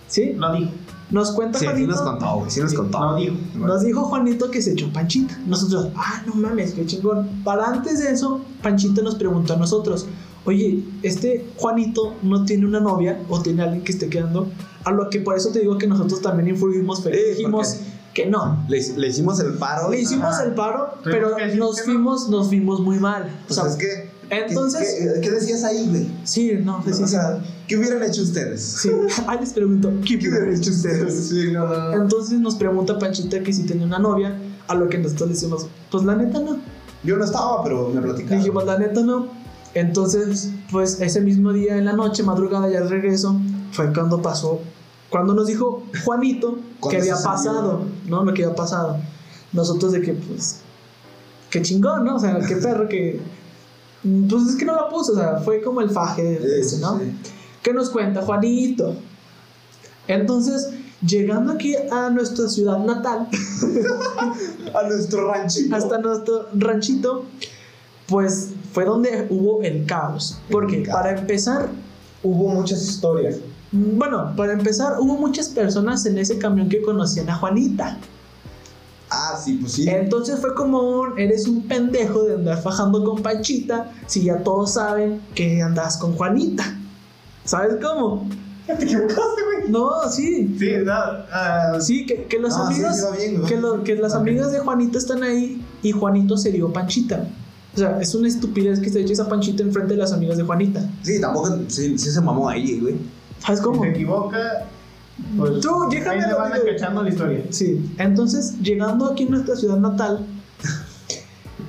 ¿Sí? lo dijo. Nos cuenta Sí, sí Juanito. nos contó, güey. Sí nos Lo contó. dijo. Nos dijo Juanito que se echó Panchita. Nosotros, ah, no mames, qué chingón. Para antes de eso, Panchita nos preguntó a nosotros, oye, este Juanito no tiene una novia o tiene alguien que esté quedando. A lo que por eso te digo que nosotros también influimos, pero Sí, dijimos que no. Le, le hicimos el paro. Le hicimos Ajá. el paro, Tuvimos pero que decir nos que no. vimos, nos vimos muy mal. O Pues sea, es que. entonces- ¿qué, qué, qué decías ahí, güey? sí, no, sí, o sí, sea, ¿qué hubieran hecho ustedes? sí. *laughs* Ahí les pregunto, ¿qué ¿Qué hubieran hecho ustedes? Sí, no, no, no. Entonces nos pregunta Panchita que si tenía una novia, a lo que nosotros le decimos, pues la neta no. Yo no estaba, pero me platicaron. Dijimos, pues, la neta no. Entonces, pues ese mismo día en la noche, madrugada ya al regreso, fue cuando pasó, cuando nos dijo *laughs* Juanito que Cuando había sucedió. pasado, ¿no? Lo que había pasado. Nosotros de que, pues, qué chingón, ¿no? O sea, qué perro que... Pues es que no la puso, o sea, fue como el faje Sí, ese, ¿no? sí. ¿Qué nos cuenta Juanito? Entonces, llegando aquí a nuestra ciudad natal, A nuestro ranchito. hasta nuestro ranchito, pues fue donde hubo el caos. Porque El caos. para empezar, Hubo muchas historias. bueno, para empezar, hubo muchas personas en ese camión que conocían a Juanita. Ah, sí, pues sí. Entonces fue como un, eres un pendejo de andar fajando con Panchita si ya todos saben que andas con Juanita. ¿Sabes cómo? Ya *laughs* te equivocaste, güey. No, sí. Sí, nada. Sí, que, que los Ah, sí, amigos... sí, va bien, güey. que, lo- que las Ok. amigas de Juanito están ahí y Juanito se dio panchita. O sea, es una estupidez que se eche esa panchita enfrente de las amigas de Juanita. Sí, tampoco. Sí, sí se mamó ahí, güey. ¿Sabes cómo? Si te equivoca, pues. Tú, déjame Ahí le lo van digo. cachando la historia. Sí. Entonces, llegando aquí a nuestra ciudad natal,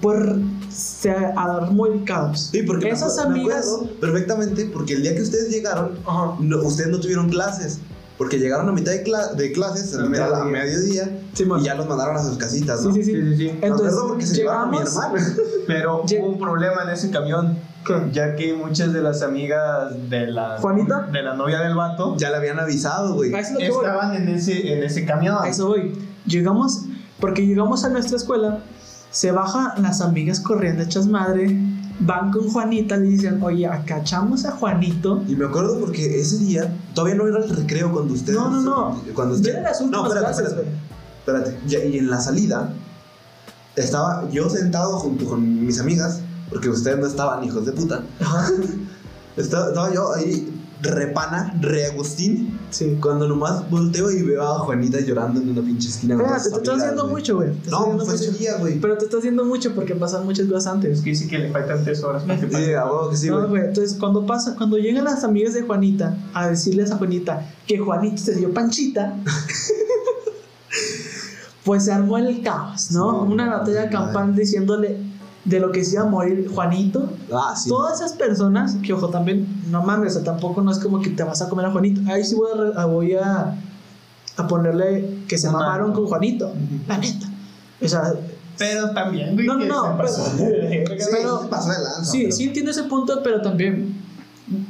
por se armó el caos. Sí, porque me esas acu- me amigas. acuerdo perfectamente, porque el día que ustedes llegaron, Ajá. no- ustedes no tuvieron clases. Porque llegaron a mitad de, cla- de clases, a, A mitad- a mediodía. mediodía, Sí, mon. y ya los mandaron a sus casitas, sí, ¿no? sí, sí. Sí, sí, sí. Me acuerdo Entonces, porque se llevaron a mi llegamos- hermana. Pero Lleg- hubo un problema en ese camión, ¿Qué? ya que muchas de las amigas de la, ¿Juanita? de la novia del vato *laughs* Ya le habían avisado, güey. A eso es lo que voy. estaban en ese, en ese camión. A eso voy. Llegamos, porque llegamos a nuestra escuela, se bajan las amigas corriendo hechas madre, van con Juanita, le dicen, oye, acachamos a Juanito. Y me acuerdo porque ese día todavía no era el recreo cuando ustedes. No, no, no. Cuando Ya ustedes. eran las últimas no, espérate, clases, güey. espérate. espérate. Ya, y en la salida estaba yo sentado junto con mis amigas, porque ustedes no estaban, hijos de puta. *laughs* Estaba, estaba yo ahí, repana, re Agustín, Sí. cuando nomás volteo y veo a Juanita llorando en una pinche esquina. con Espérate, sus te estás amigas, haciendo güey. mucho, güey. Te estás No, pues, haciendo fue ese mucho. día, güey. Pero te estás haciendo mucho porque pasan muchas cosas antes. Es que dice que le faltan tres horas para que Sí, pase. a huevo que sí, No, güey. güey, Entonces, cuando pasa, cuando llegan las amigas de Juanita a decirles a Juanita que Juanita se dio panchita, *laughs* pues se armó el caos, ¿no? Sí, Una batalla madre. campal diciéndole de lo que se iba a morir Juanito. Ah, sí. Todas esas personas, que ojo, también, no mames, o sea, tampoco no es como que te vas a comer a Juanito. Ahí sí voy a, re- a- voy a, a ponerle que se Ajá. mamaron con Juanito, la neta. O sea, Pero también, güey, No, que no, se no, *laughs* pasó. Sí, pero- pasó de lanza. Sí, pero- sí entiendo ese punto, pero también.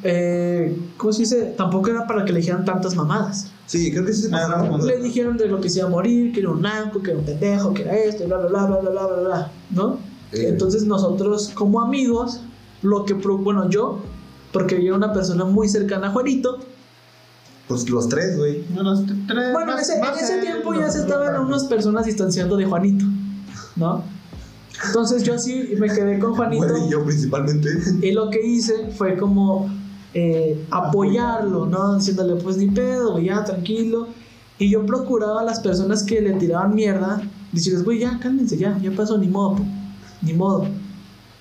eh, ¿Cómo se dice? Tampoco era para que le dijeran tantas mamadas. Sí, creo que sí se No, no, pasaron. no. Le dijeron de lo que se iba a morir, que era un narco, que era un pendejo, que era esto, bla, bla, bla, bla, bla, bla, bla, bla, ¿no? Sí. Entonces nosotros como amigos, lo que... pro- Bueno, yo, porque yo era una persona muy cercana a Juanito. Pues los tres, güey. Unos tres, Bueno, en Eh, más- ese, en más ese el- tiempo ya los- se estaban unas personas distanciando de Juanito, ¿no? Entonces yo sí me quedé con Juanito. Bueno, y yo principalmente. Y lo que hice fue como eh, apoyarlo, ¿no? Diciéndole, pues ni pedo, güey, ya, tranquilo. Y yo procuraba a las personas que le tiraban mierda, diciéndoles, güey, ya, cálmense, ya, ya pasó, ni modo, po, ni modo,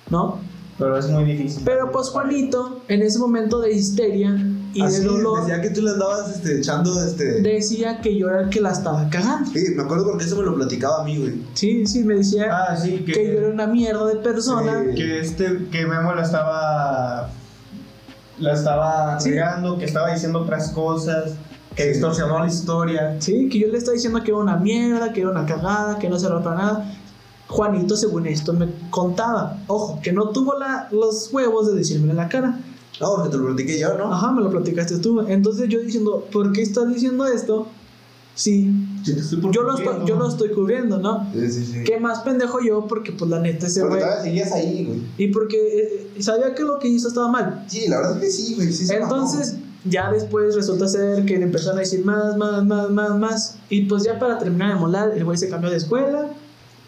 ¿no? Pero es muy difícil. Pero pues Juanito, en ese momento de histeria y Así, de dolor, decía, decía que tú le andabas este, echando este. que yo era el que la estaba cagando. Sí, me acuerdo porque eso me lo platicaba a mí, güey. Sí, sí, me decía Ah, sí, que, que yo era una mierda de persona. Sí. que este, que Memo la estaba, la estaba Sí. regando, que estaba diciendo otras cosas, que Sí. distorsionó la historia. Sí, que yo le estaba diciendo que era una mierda, que era una cagada, que no servía para nada. Juanito, según esto, me contaba, ojo, que no tuvo la- los huevos de decirme en la cara. No, porque te lo platiqué yo, ¿no? Ajá, me lo platicaste tú. Entonces yo diciendo, ¿por qué estás diciendo esto? Sí, yo lo, estoy, yo lo estoy cubriendo, ¿no? Sí, sí, sí. ¿Qué más pendejo yo? Porque pues la neta ese Porque güey... todavía seguías ahí, güey. Y porque eh, sabía que lo que hizo estaba mal. Sí, la verdad es que sí, güey. Sí, se Entonces, ya después resulta ser que le empezaron a decir más, más, más, más, más. Y pues ya para terminar de molar, el güey se cambió de escuela.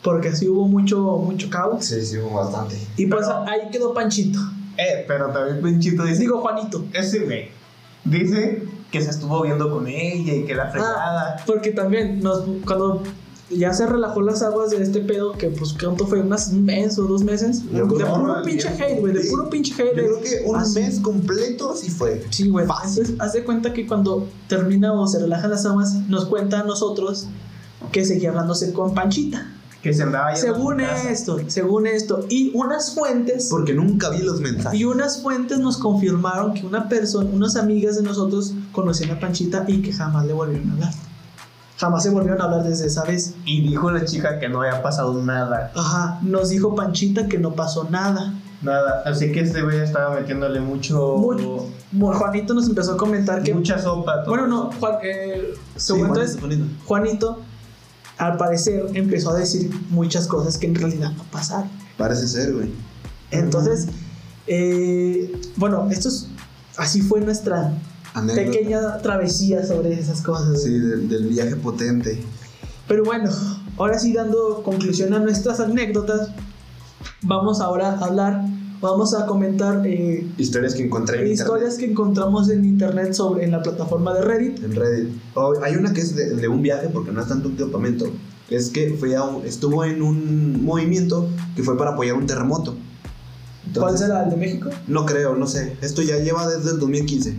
Porque así hubo mucho, mucho mamó. caos. Sí, sí, hubo bastante. Y pues Pero- ahí quedó Panchito. Eh, pero también Pinchito dice, Digo Juanito. ese güey, dice que se estuvo viendo con ella y Ah, que la fregada. Porque también nos, cuando ya se relajó las aguas de este pedo, que pues cuánto fue, unas mes o dos meses. Yo creo de que puro no, pinche yo- hate, güey. De sí. puro pinche hate. Yo de- creo que un así. mes completo sí fue. Sí, güey. Fácil. Entonces, haz de cuenta que cuando termina o se relajan las aguas, nos cuenta a nosotros que seguía hablándose con Panchita. Que se andaba yendo a su Según casa. esto, según esto. Y unas fuentes. Porque nunca vi los mensajes. Y unas fuentes nos confirmaron que una persona, unas amigas de nosotros conocían a Panchita y que jamás le volvieron a hablar. Jamás se volvieron a hablar desde esa vez. Y dijo la chica que no había pasado nada, Ajá, nos dijo Panchita que no pasó nada. nada. Así que este güey estaba metiéndole mucho, Mucho. Mu- Juanito nos empezó a comentar que... Oh. mucha sopa. a todo. Bueno, no, Juan, eh, Sí, según entonces, bonito, bonito. Juanito, al parecer, empezó a decir muchas cosas que en realidad no pasaron. Parece ser, güey. Entonces, eh, bueno, esto es, así fue nuestra Anécdota. pequeña travesía sobre esas cosas. Sí, del, del viaje potente. Pero bueno, ahora sí dando conclusión a nuestras anécdotas, vamos ahora a hablar, vamos a comentar eh, Historias que encontré en internet. historias que encontramos en internet sobre en la plataforma de Reddit. en Reddit. O hay una que es de, de un viaje, porque no es tanto un campamento. Es que fue a un- estuvo en un movimiento que fue para apoyar un terremoto. ¿Cuál Entonces, será el de México? No creo, no sé. Esto ya lleva desde el 2015.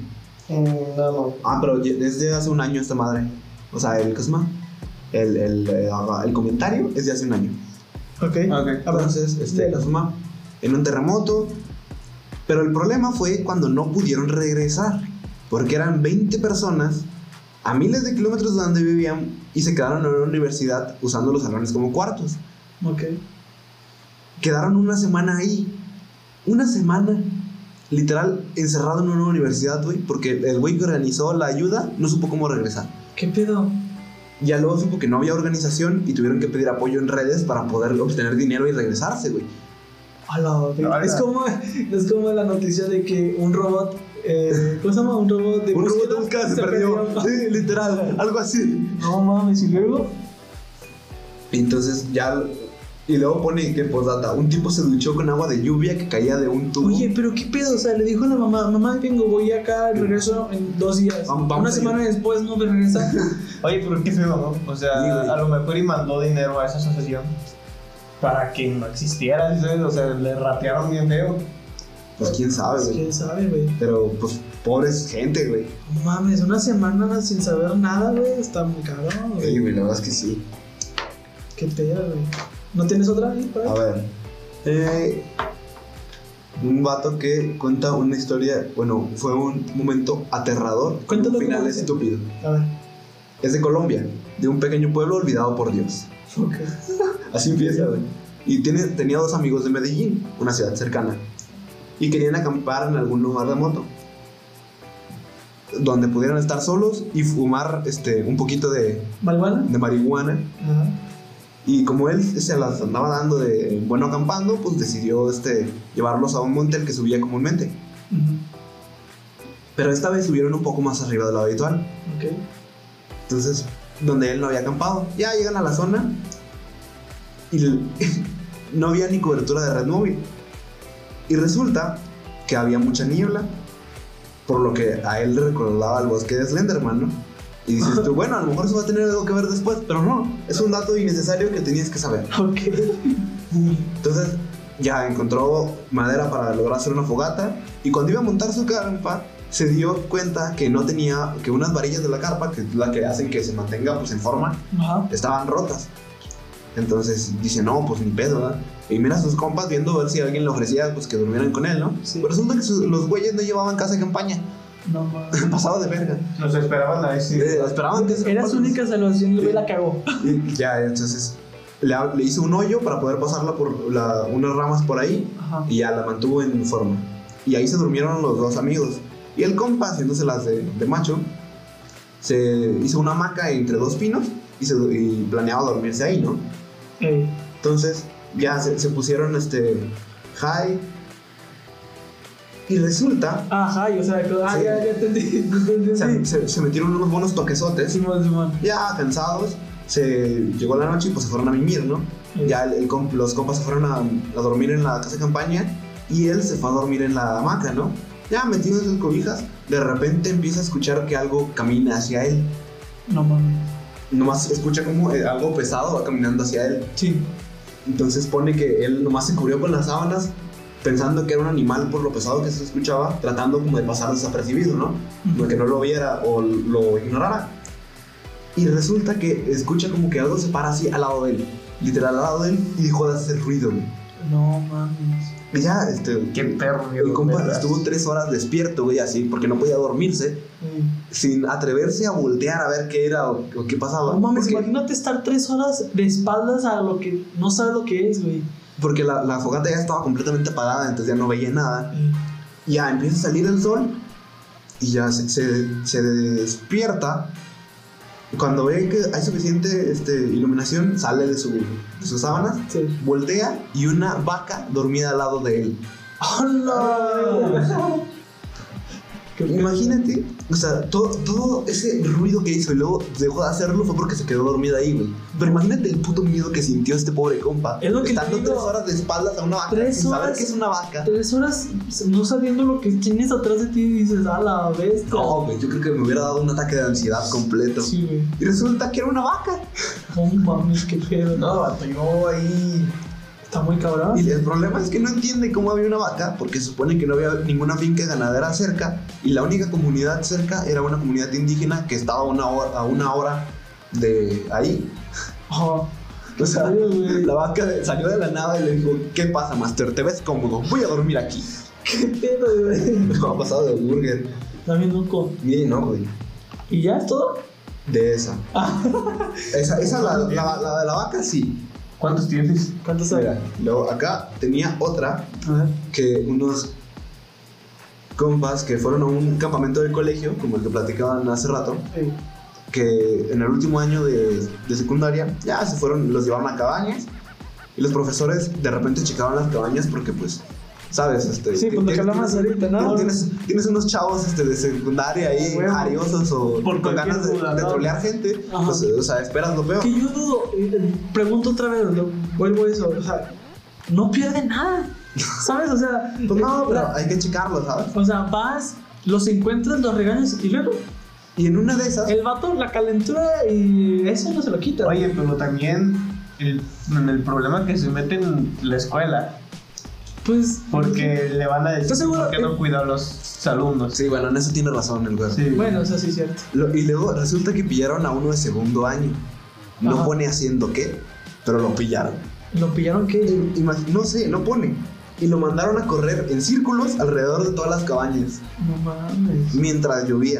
Mm, No, no. Ah, pero ye- desde hace un año esta madre. O sea, el Cosma. El, el, eh, el comentario es de hace un año. Ok. ah. Ok. A ver, Entonces, este, léelo. Cosma, en un terremoto. Pero el problema fue cuando no pudieron regresar. Porque eran 20 personas a miles de kilómetros de donde vivían y se quedaron en una universidad usando los salones como cuartos. Ok. Quedaron una semana ahí. Una semana. Literal, encerrado en una universidad, güey, porque el güey que organizó la ayuda no supo cómo regresar. ¿Qué pedo? Ya luego supo que no había organización y tuvieron que pedir apoyo en redes para poder obtener dinero y regresarse, güey. A la verga. Ahora- es como, es como la noticia de que un robot. Eh, ¿Cómo se llama? Un robot de Un robot de búsqueda búsqueda se perdió. Sí, literal, algo así. No mames, y luego. Entonces ya. Y luego pone que postdata, un tipo se duchó con agua de lluvia que caía de un tubo. Oye, pero qué pedo, o sea, le dijo a la mamá, mamá, vengo, voy acá, regreso en dos días. Vam- Ah, vamos Una a semana después no *laughs* me regresa. Oye, pero qué feo, ¿no? O sea, Sí, güey. a lo mejor y mandó dinero a esa asociación para que no existiera, ¿sí ¿sabes? O sea, le ratearon bien feo. Pues quién sabe, Pues, güey. ¿Quién sabe, güey? Pero pues pobres gente, güey. No mames, una semana sin saber nada, güey, está muy cabrón, Sí, güey. güey, la verdad es que sí. Qué pedo, güey. ¿No tienes otra ahí para A ver. eh, un vato que cuenta una historia, bueno, fue un momento aterrador. con Cuéntalo un cómo final dice. estúpido. A ver, Es de Colombia, de un pequeño pueblo olvidado por Dios. ok. Así empieza, güey. Y tiene, tenía dos amigos de Medellín, una ciudad cercana. Y querían acampar en algún lugar remoto. Donde pudieran estar solos y fumar este, un poquito de, ¿Marihuana? de marihuana. Ajá. Y como él se las andaba dando de bueno acampando, pues decidió este, llevarlos a un monte al que subía comúnmente. Ujú. Pero esta vez subieron un poco más arriba de lo habitual. Ok. *laughs* Entonces, donde él no había acampado. Ya llegan a la zona y l- *laughs* no había ni cobertura de red móvil. Y resulta que había mucha niebla, por lo que a él le recordaba el bosque de Slenderman, ¿no? Y dices tú, bueno, a lo mejor eso va a tener algo que ver después, pero no, es un dato innecesario que tenías que saber. *laughs* Ok. Entonces ya encontró madera para lograr hacer una fogata y cuando iba a montar su carpa se dio cuenta que no tenía que unas varillas de la carpa que es la que hacen que se mantenga pues en forma Ajá. estaban rotas. Entonces dice no pues ni pedo. ¿verdad? Y mira a sus compas viendo a ver si alguien le ofrecía pues que durmieran con él, ¿no? Sí. Pero resulta que sus- los güeyes no llevaban casa de campaña, No mames. pasado de verga. Nos esperaban a decir. Eh, esperaban que se- Era su única salvación, el güey la cagó. Y ya entonces le, le hizo un hoyo para poder pasarla por la- unas ramas por ahí Ajá. y ya la mantuvo en forma. Y ahí se durmieron los dos amigos. Y el compa, haciéndose las de, de macho, se hizo una hamaca entre dos pinos y, se, y planeaba dormirse ahí, ¿no? Ey. Entonces ya se, se pusieron este high. Y resulta, Ajá, y o sea, que- ah, Sí. ya, ya entendí. *laughs* ya entendí. se, se- se metieron unos buenos toquesotes. Simón, Simón. Ya cansados, se llegó la noche y pues se fueron a mimir, ¿no? Ey. Ya el- el comp- los compas se fueron a, a dormir en la casa de campaña y él se fue a dormir en la hamaca, ¿no? Ya metido en sus cobijas, de repente empieza a escuchar que algo camina hacia él. Eh, No mames. Nomás escucha como eh, algo pesado va caminando hacia él. Sí. Entonces pone que él nomás se cubrió con las sábanas pensando que era un animal por lo pesado que se escuchaba, tratando como de pasar desapercibido, ¿no? Como que no lo viera o lo ignorara. Y resulta que escucha como que algo se para así al lado de él, literal al lado de él, y dejó de hacer ruido, güey. No mames. Y ya, este. Qué perro, Mi compa ¿verdad? estuvo tres horas despierto, güey, así, porque no podía dormirse, Ey. sin atreverse a voltear a ver qué era o, o qué pasaba. No mames, porque, imagínate estar tres horas de espaldas a lo que no sabes lo que es, güey. porque la, la fogata ya estaba completamente apagada, entonces ya no veía nada. Ya empieza a salir el sol y ya se, se- se despierta. Y Cuando ve que hay suficiente este, iluminación, sale de, su, de sus sábanas, Sí. voltea y una vaca dormida al lado de él. ¡Hola! *laughs* Imagínate, o sea, todo, todo ese ruido que hizo y luego dejó de hacerlo fue porque se quedó dormida ahí, güey. Pero imagínate el puto miedo que sintió este pobre compa. Es lo que te estando digo. tres horas de espaldas a una vaca Tres sin saber horas. qué es una vaca. Tres horas no sabiendo lo que tienes atrás de ti y dices, a la bestia. No, güey, yo creo que me hubiera dado un ataque de ansiedad completo. Sí, güey. Y resulta que era una vaca. No mames, qué pedo. No, vato, yo ahí. Está muy cabrón. Y el problema es que no entiende cómo había una vaca, porque se supone que no había ninguna finca ganadera cerca, y la única comunidad cerca era una comunidad indígena que estaba a una hora, a una hora de ahí. Ajá. O sea, Ay, güey. la vaca de- salió de la nada y le dijo, ¿qué pasa, Master? ¿Te ves cómodo? Voy a dormir *laughs* aquí. Qué pedo, güey. Me ha pasado de burger. Está bien loco. Miren, no, güey. ¿Y ya es todo? de *laughs* esa. esa, esa la, la, la de la vaca, sí. ¿Cuántos tienes? ¿Cuántos hay? Mira, luego acá tenía otra A ver. que unos compas que fueron a un campamento del colegio, como el que platicaban hace rato, Sí. que en el último año de, de secundaria ya se fueron, los llevaron a cabañas y los profesores de repente checaban las cabañas porque pues, sabes, este... Sí, pues lo que hablamos ahorita, ¿no? Tienes, tienes unos chavos este, de secundaria ahí, Ah, huevo. ariosos o Por con cualquier ganas de, duda, de ¿no? trolear gente, Ajá. pues, o sea, esperas lo peor. Que yo dudo, eh, pregunto otra vez, lo- vuelvo a eso, o sea, no pierde nada, ¿sabes? O sea, Pues no, pero la- hay que checarlo, ¿sabes? o sea, vas, los encuentras, los regañas y luego Y en una de esas... el vato, la calentura y eso no se lo quita. Oye, pero también el, en el problema que se mete en la escuela. pues, Porque le van a decir ¿Estás seguro? por qué no cuidó a los alumnos. Eh. Sí, bueno, en eso tiene razón el güey. Sí. pues, Bueno, eso sí es cierto. Lo- y luego resulta que pillaron a uno de segundo año. No Ajá. pone haciendo qué, pero lo pillaron. Lo pillaron que... Y- imag- no sé, no pone. Y lo mandaron a correr en círculos alrededor de todas las cabañas, No mames. mientras llovía.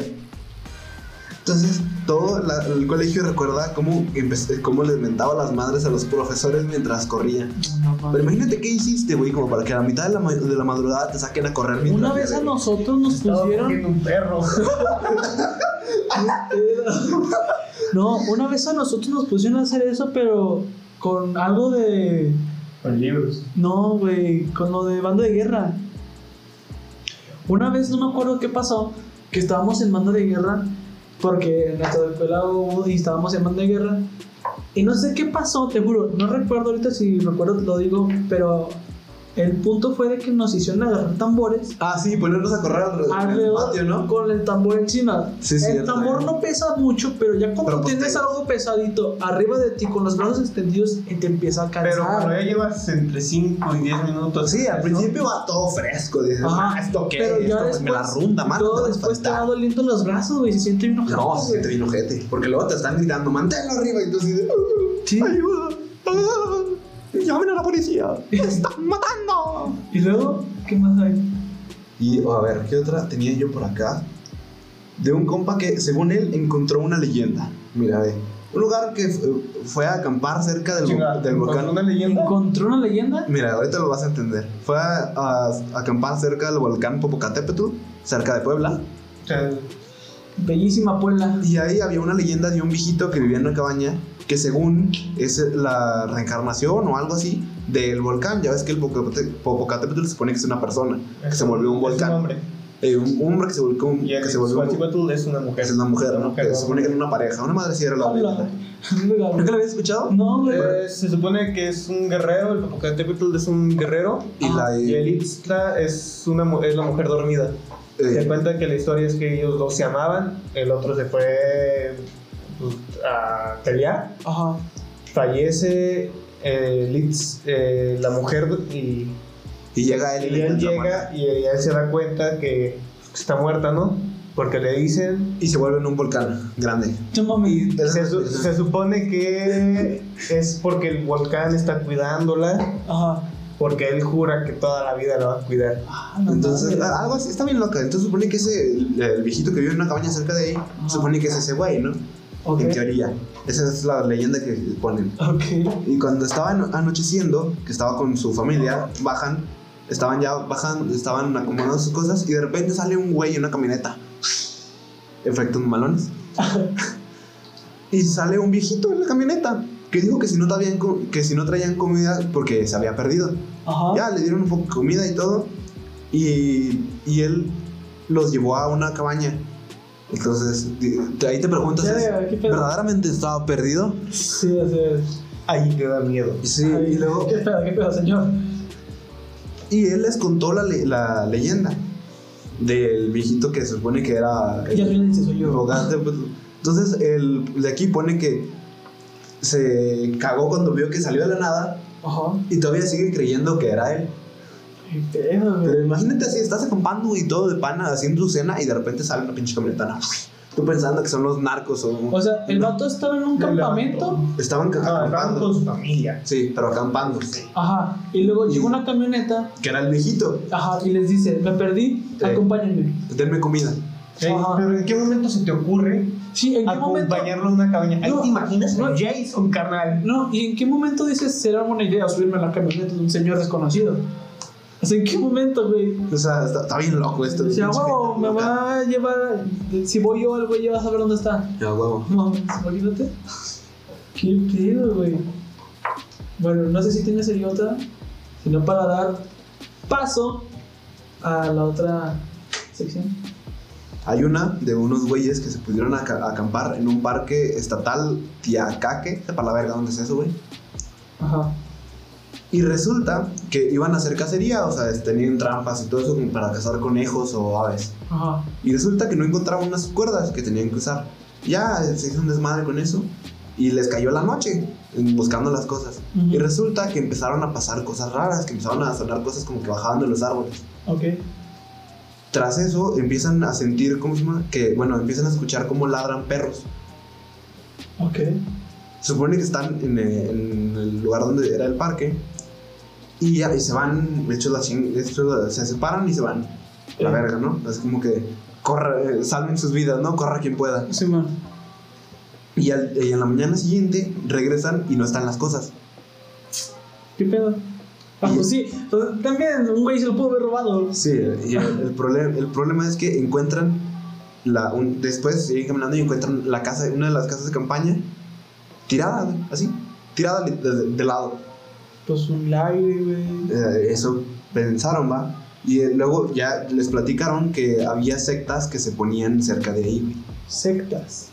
Entonces, todo la- el colegio recuerda cómo, empe- cómo les mentaba las madres a los profesores mientras corría. No Pero mames. imagínate qué hiciste, güey, como para que a la mitad de la, ma- de la madrugada te saquen a correr mientras Una vez a llueve. nosotros nos Estaba pusieron... cogiendo *laughs* un perro. No, una vez a nosotros nos pusieron a hacer eso, pero con algo de... Con libros. No, güey, con lo de bando de guerra. Una vez no me acuerdo qué pasó, que estábamos en bando de guerra, porque en nuestra escuela hubo y estábamos en bando de guerra. Y no sé qué pasó, te juro, no recuerdo ahorita si recuerdo te lo digo, pero el punto fue de que nos hicieron agarrar tambores Ah, sí, ponernos a correr alrededor del alrededor patio, ¿no? con el tambor encima. Sí, el cierto, tambor eh. no pesa mucho, pero ya cuando Pero, pues, tienes te- algo pesadito arriba de ti con los brazos extendidos, eh, te empieza a cansar. Pero cuando ya llevas entre 5 y 10 minutos. Sí, al ¿no? principio va todo fresco, dices, Ajá, ah, esto qué, pero ya esto después, pues me la runda, mano. te Todo va a después te va espantar". doliendo los brazos, güey. Se siente bien ojete, No, güey. se siente bien ojete, porque luego te están gritando, manténlo arriba, y tú así de, Sí. ayuda, ah, llamen a la policía, *laughs* me están matando. Y luego, ¿qué más hay? Y a ver, ¿qué otra tenía yo por acá? De un compa que, según él, encontró una leyenda. Mira, ve, un lugar que eh, fue a acampar cerca del, Chinga, vo- del volcán. con una leyenda. ¿Encontró una leyenda? Mira, ahorita lo vas a entender. Fue a, a acampar cerca del volcán Popocatépetl, cerca de Puebla. O sea, Bellísima puebla. Y ahí había una leyenda de un viejito que vivía en una cabaña que según es la reencarnación o algo así del volcán. Ya ves que el Popocate- Popocatépetl se supone que es una persona, que se volvió un Es un volcán. hombre. Eh, un hombre que se, volcó, Y que el se volvió un- Quetzalcóatl es una mujer. es una mujer, ¿no? Una Que se supone que era una pareja, una madre sí era la Hola. leyenda. ¿Nunca la habías escuchado? No, güey. Eh, se supone que es un guerrero, el Popocatépetl es un guerrero Y la, y el Itztla es, una, mu- es la mujer dormida. Se eh, cuenta que la historia es que ellos dos se amaban, el otro se fue pues, a pelear, Ajá. fallece eh, el Itz- eh, la mujer y, y llega él y le él encuentra llega muerta. y ella se da cuenta que está muerta, ¿no? Porque le dicen... y se vuelve en un volcán grande. No mami. Se, su- se supone que es porque el volcán está cuidándola. Ajá. Porque él jura que toda la vida la va a cuidar. Ah, no Entonces, mames. a- algo así, está bien loca. Entonces supone que ese, el, el viejito que vive en una cabaña cerca de ahí, supone que es ese güey, ¿no? Ok. En teoría. Esa es la leyenda que ponen. Ok. Y cuando estaba ano- anocheciendo, que estaba con su familia, bajan, estaban ya bajan, estaban acomodando sus cosas y de repente sale un güey en una camioneta. Efectos *laughs* malones. y sale un viejito en la camioneta que dijo que si no traían, co- que si no traían comida porque se había perdido. Ajá. Ya le dieron un poco de comida y todo. Y, y él los llevó a una cabaña. Entonces, di- ahí te preguntas, Ya, ¿es- ya, ¿qué pedo? ¿verdaderamente estaba perdido? Sí, así es. Ahí te da miedo. Sí, Ay, y luego... ¿Qué pedo, qué pedo, señor? Y él les contó la, le- la leyenda del viejito que se supone que era Ya el vienen, si soy yo. arrogante, pues. Entonces, el de aquí pone que se cagó cuando vio que salió de la nada Ajá. y todavía sigue creyendo que era él. Qué pedo, güey. Pero imagínate así, estás acampando y todo de pana, haciendo tu cena y de repente sale una pinche camionetana. Tú pensando que son los narcos o... O sea, el vato estaba en un Le campamento. levantó. Estaban ca- No, van con acampando. su familia. Sí, pero acampando. Ajá. Y luego Y- llegó una camioneta Que era el viejito. Ajá, y les dice, me perdí, Sí. acompáñenme. Denme comida. Eh, Ajá. Pero ¿en qué momento se te ocurre Sí, ¿en qué momento? acompañarlo a una cabaña? Ahí No, te imaginas no. a Jason, carnal. No, ¿y en qué momento dices será buena idea subirme a la camioneta de un señor desconocido? O sea, ¿en qué momento, güey? O sea, está, está bien loco esto. O sea, pinche wow, gente me loca. va a llevar. Si voy yo, el güey ya va a saber dónde está. Ya, huevo. No, imagínate. Qué pedo, güey. Bueno, no sé si tienes ahí otra, sino para dar paso a la otra sección. Hay una de unos güeyes que se pudieron aca- acampar en un parque estatal Tiacaque, para la verga, ¿dónde es eso, güey? Ajá. Y resulta que iban a hacer cacería, o sea, es- tenían trampas y todo eso como para cazar conejos o aves. Ajá. Y resulta que no encontraban unas cuerdas que tenían que usar. Ya se hizo un desmadre con eso. Y les cayó la noche en- buscando las cosas. Ujú. Y resulta que empezaron a pasar cosas raras, que empezaron a sonar cosas como que bajaban de los árboles. Ok. Tras eso empiezan a sentir, ¿cómo se llama? Que, bueno, empiezan a escuchar cómo ladran perros. Ok. Se supone que están en, eh, en el lugar donde era el parque. Y, ya- y se van, de hecho, las ching- de hecho, se separan y se van. A La Eh. verga, ¿no? Es como que corre, eh, salven sus vidas, ¿no? Corra quien pueda. Sí, man. Y, al- y en la mañana siguiente regresan y no están las cosas. ¿Qué pedo? Ah, Y- pues sí. pues también un güey se lo pudo haber robado. Sí, y el, el problema, el problema es que encuentran, la, un- después siguen caminando y encuentran la casa, una de las casas de campaña tirada, güey, así, tirada li- de, de lado. Pues un live, güey. Eh, eso pensaron, va. Y eh, luego ya les platicaron que había sectas que se ponían cerca de ahí. güey. Sectas.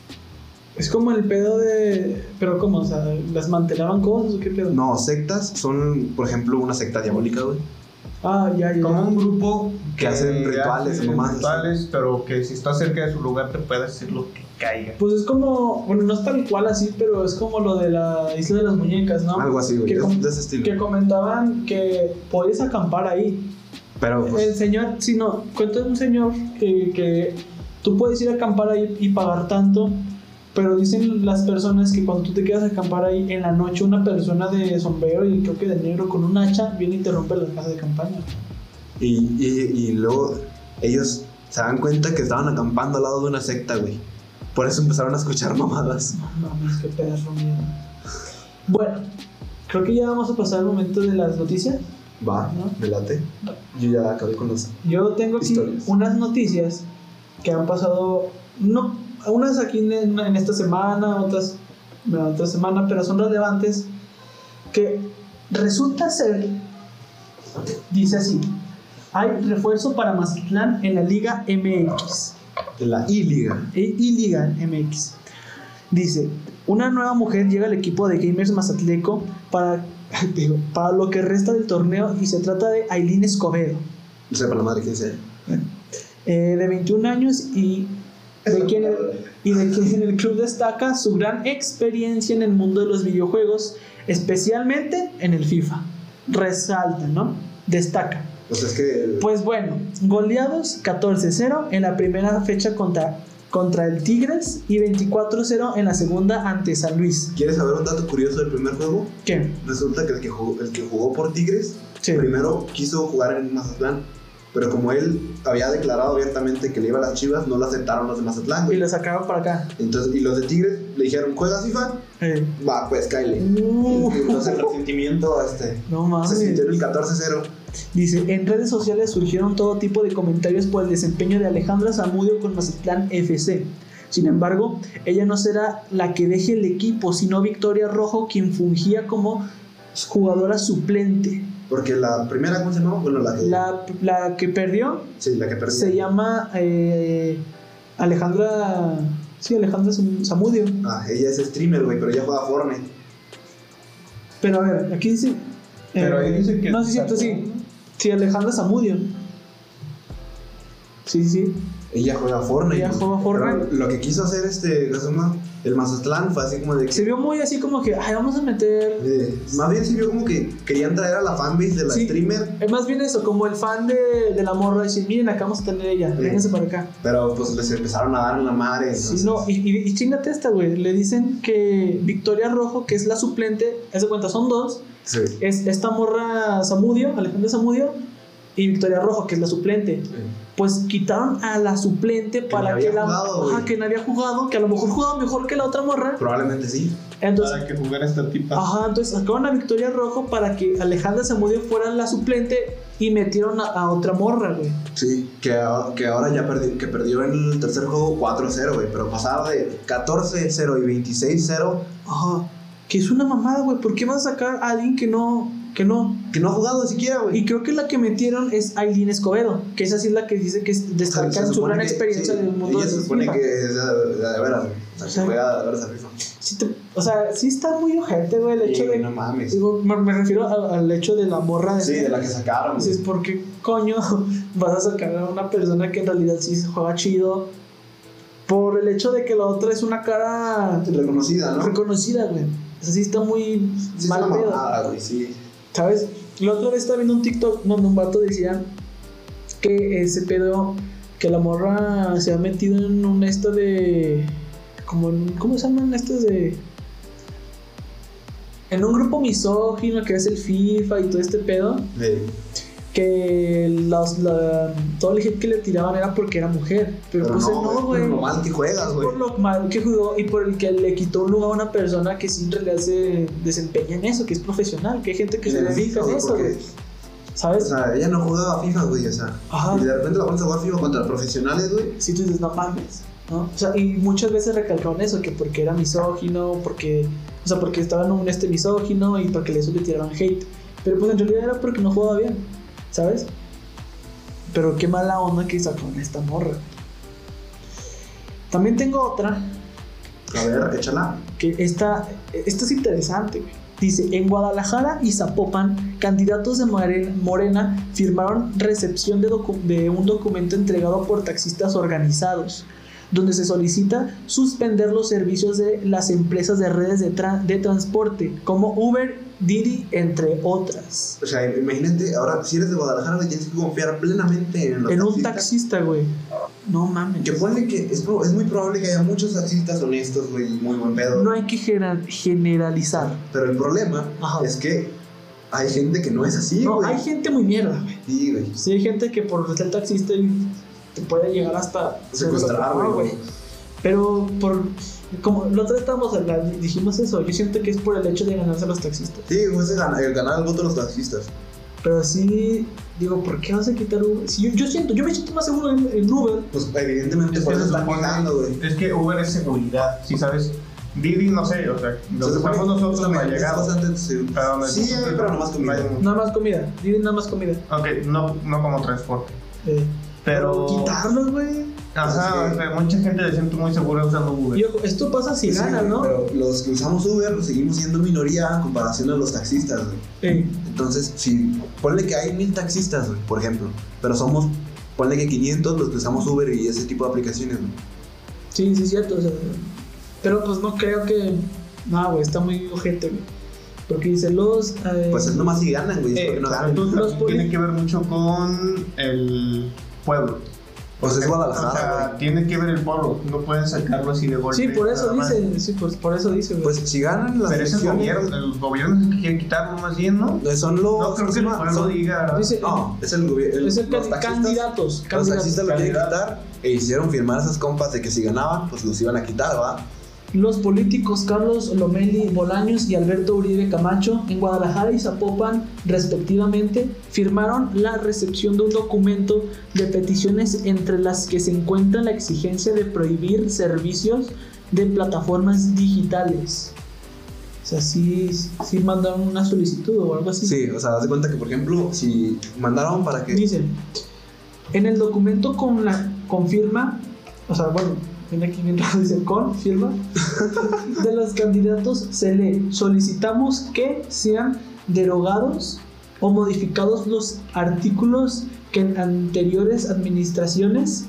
Es como el pedo de. Pero, ¿cómo? O sea, ¿las mantelaban cosas o qué pedo? No, sectas son, por ejemplo, una secta diabólica, güey. Ah, ya, ya. Como un grupo Que hacen rituales o hace mamadas. rituales, pero que si estás cerca de su lugar te puede decir lo que caiga. Pues es como. Bueno, no es tal cual así, pero es como lo de la isla de las muñecas, ¿no? Algo así, güey. Que, es- com- De ese estilo. que comentaban que podías acampar ahí. Pero, pues, El señor, si no, cuenta un señor que, que tú puedes ir a acampar ahí y pagar tanto, pero dicen las personas que cuando tú te quedas a acampar ahí en la noche, una persona de sombrero y creo que de negro con un hacha viene y te rompe la casa de campaña. Y, y, y luego ellos se dan cuenta que estaban acampando al lado de una secta, güey. Por eso empezaron a escuchar mamadas. No mames, qué pedazo mierda. Bueno, creo que ya vamos a pasar al momento de las noticias. Va, ¿No? me late. Yo ya acabé con los. Yo tengo aquí Historias. unas noticias que han pasado, no, unas aquí en, en esta semana, otras la otra semana, pero son relevantes, que resulta ser, dice así, hay refuerzo para Mazatlán en la Liga MX. De la I-Liga. E- y Liga MX. Dice, una nueva mujer llega al equipo de Gamers Mazatleco para, *laughs* ay, digo, para lo que resta del torneo y se trata de Aileen Escobedo, No sé para la madre quién sea. eh, de 21 años y de, quien el, y de quien el club destaca su gran experiencia en el mundo de los videojuegos, especialmente en el FIFA. Resalta, ¿no? Destaca. O sea, es que. Pues bueno, goleados 14-0 en la primera fecha contra, contra el Tigres y 24-0 en la segunda ante San Luis. ¿Quieres saber un dato curioso del primer juego? ¿Qué? Resulta que el que jugó, el que jugó por Tigres Sí. primero quiso jugar en Mazatlán. Pero como él había declarado abiertamente que le iba a las chivas, no lo aceptaron los de Mazatlán, Y güey. lo sacaron para acá. Entonces, y los de Tigres le dijeron: ¿Juegas FIFA? Eh. Va, pues cáele. Uh. Entonces, el resentimiento este, no se mames. sintió en el 14-0. Dice, en redes sociales surgieron todo tipo de comentarios por el desempeño de Alejandra Zamudio con Mazatlán FC. Sin embargo, ella no será la que deje el equipo, sino Victoria Rojo, quien fungía como jugadora suplente. Porque la primera, ¿cómo se llamaba? Bueno, la que, La, la que perdió sí, la que perdió. se llama eh, Alejandra. Sí, Alejandra Sam- Zamudio. Ah, ella es streamer, güey, pero ella juega Fortnite. Pero a ver, aquí dice. Pero eh, ahí dice que. No, sí, es cierto, sí. Sí, Alejandra Zamudio. Sí, sí. Ella juega Fortnite. Ella güey. juega Fortnite. Pero lo que quiso hacer este, ¿cómo se llama? El Mazatlán fue así como de que. Se vio muy así como que, ay, vamos a meter. eh, más bien se vio como que querían traer a la fanbase de la Sí. streamer, Es más bien eso, como el fan de, de la morra, decir, miren, acá vamos a tener ella, Sí. vénganse para acá. pero pues les empezaron a dar en la madre. Sí, entonces- no, y, y, y chingate esta, güey. Le dicen que Victoria Rojo, que es la suplente, haz de cuenta, son dos, Sí. es esta morra Samudio, Alejandra Samudio, y Victoria Rojo, que es la suplente. Pues quitaron a la suplente para no que había la jugado, güey. ajá, que no había jugado, que a lo mejor jugaba mejor que la otra morra. Probablemente sí. Entonces, Ah. Para que jugara esta tipa. ajá, entonces sacaron a Victoria Rojo para que Alejandra Zamudio fuera la suplente y metieron a, a otra morra, güey. Sí, que, a- que ahora ya perdió, que perdió en el tercer juego 4-0, güey. Pero pasar de 14-0 y 26-0, Ajá. Que es una mamada, güey. ¿Por qué vas a sacar a alguien que no, que no? que no ha jugado siquiera, güey. Y creo que la que metieron es Aileen Escobedo, que esa sí es la que dice que es- O sea, destaca en su supone gran que- experiencia sí, en el mundo Ella de se supone FIFA. que es la, la de veras, güey. O sea, Sí. que juega de veras al FIFA. Sí te- o sea, sí está muy ojete, güey, el hecho Sí, de... no mames. digo, me, me refiero al, al hecho de la morra de... Sí, de la que sacaron, güey. Dices, ¿por qué coño *laughs* vas a sacar a una persona que en realidad sí se juega chido? Por el hecho de que la otra es una cara Reconocida, ¿no? reconocida, güey. O sea, sí está muy Sí, es mal una pedo. mamada, güey, sí. ¿Sabes? La otra vez estaba viendo un TikTok donde un vato decía que ese pedo, que la morra se ha metido en un esto de. Como en- ¿Cómo se llaman estos de.? En un grupo misógino que es el FIFA y todo este pedo, De- que los- la- todo el hate que le tiraban era porque era mujer. Pero, Pero pues él no, no, güey. güey. por Lo mal que juegas, güey. Por lo mal que jugó y por el que le quitó un lugar a una persona que sí en realidad se desempeña en eso, que es profesional, que hay gente que Y se en el dedica FIFA, a güey, eso, porque, güey. O ¿Sabes? sea, ella no jugaba FIFA, güey, o sea. Ajá. Y de repente la pones a jugar FIFA contra profesionales, güey. Si tú dices, no mames, ¿no? O sea, y muchas veces recalcaron eso, que porque era misógino, porque, o sea, porque estaba en un este misógino y porque eso le tiraban hate. Pero pues en realidad era porque no jugaba bien, ¿sabes? Pero qué mala onda que sacaron esta morra. También tengo otra A ver, échala. que esta, esto es interesante. güey. Dice, en Guadalajara y Zapopan, candidatos de More- Morena firmaron recepción de, docu- de un documento entregado por taxistas organizados, donde se solicita suspender los servicios de las empresas de redes de, tra- de transporte, como Uber, Didi, entre otras. O sea, imagínate, ahora si eres de Guadalajara, güey, tienes que confiar plenamente en los En un taxistas. taxista, güey. No mames. Que ponle que es, pro- es muy probable que haya muchos taxistas honestos, güey, y muy buen pedo. No hay que gera- generalizar. Pero el problema Ajá. es que hay gente que no es así, No, güey. hay gente muy mierda, güey. Sí, güey. Sí, hay gente que por ser taxista y te puede llegar hasta Secuestrar, Ah, güey. Pero por. Como la otra vez estábamos hablando, y dijimos eso. Yo siento que es por el hecho de ganarse a los taxistas. Sí, güey, ese gana- el ganar el voto de los taxistas. Pero sí, digo, ¿por qué vas a quitar Uber? Si yo, yo siento, yo me siento más seguro en, en Uber. Pues evidentemente Es por que eso se están supone- quitando, güey. Es que Uber es seguridad, si sabes. Didi, no sé, o sea, lo Se que supone estamos que nosotros no ha es llegado. bastante seguro. Para donde- Sí, hay, pero nomás conmigo. Nada más comida, dime nada más comida. Ok, no, no como transporte. Eh, Pero. Quitarlo, güey. Ajá, o sea, mucha gente se siente muy segura usando Uber. Y ojo, Esto pasa si Pues Sí, ganas, güey, ¿no? Pero los que usamos Uber pues, seguimos siendo minoría en comparación a los taxistas, güey. Eh, Entonces, si ponle que hay mil taxistas, güey, por ejemplo, pero somos, ponle que 500 los que usamos Uber y ese tipo de aplicaciones, güey. sí, sí, es cierto. o sea, pero pues no creo que. No, güey, está muy ojete, güey. Porque dice los. eh, Pues es nomás si ganan, güey, es Eh, porque no pero ganan. tú Los también poli- tiene que ver mucho con el pueblo. Pues es O sea, Guadalajara, güey. tiene que ver el pueblo. No pueden sacarlo así de golpe. Sí, por eso nada más. dice, sí, por, por eso dice, güey. Pues si ganan las Pero ese es el elecciones, gobierno, los gobiernos que quieren quitarlo más bien, ¿no? güey, son los... No creo ¿cómo que se el llama? pueblo Son- diga. dice, No, es el gobierno, es el los can- taxistas. candidatos, Los candidatos. taxistas lo quieren Candidato. quitar e hicieron firmar esas compas de que si ganaban, pues los iban a quitar, ¿va? Los políticos Carlos Lomeli Bolaños y Alberto Uribe Camacho en Guadalajara y Zapopan, respectivamente, firmaron la recepción de un documento de peticiones entre las que se encuentra la exigencia de prohibir servicios de plataformas digitales. O sea, sí, sí mandaron una solicitud o algo así. Sí, o sea, haz de cuenta que, por ejemplo, si mandaron para que... Dice, en el documento con la confirma, o sea, bueno, viene aquí mientras *laughs* dice confirma, de los candidatos se lee, solicitamos que sean derogados o modificados los artículos que en anteriores administraciones,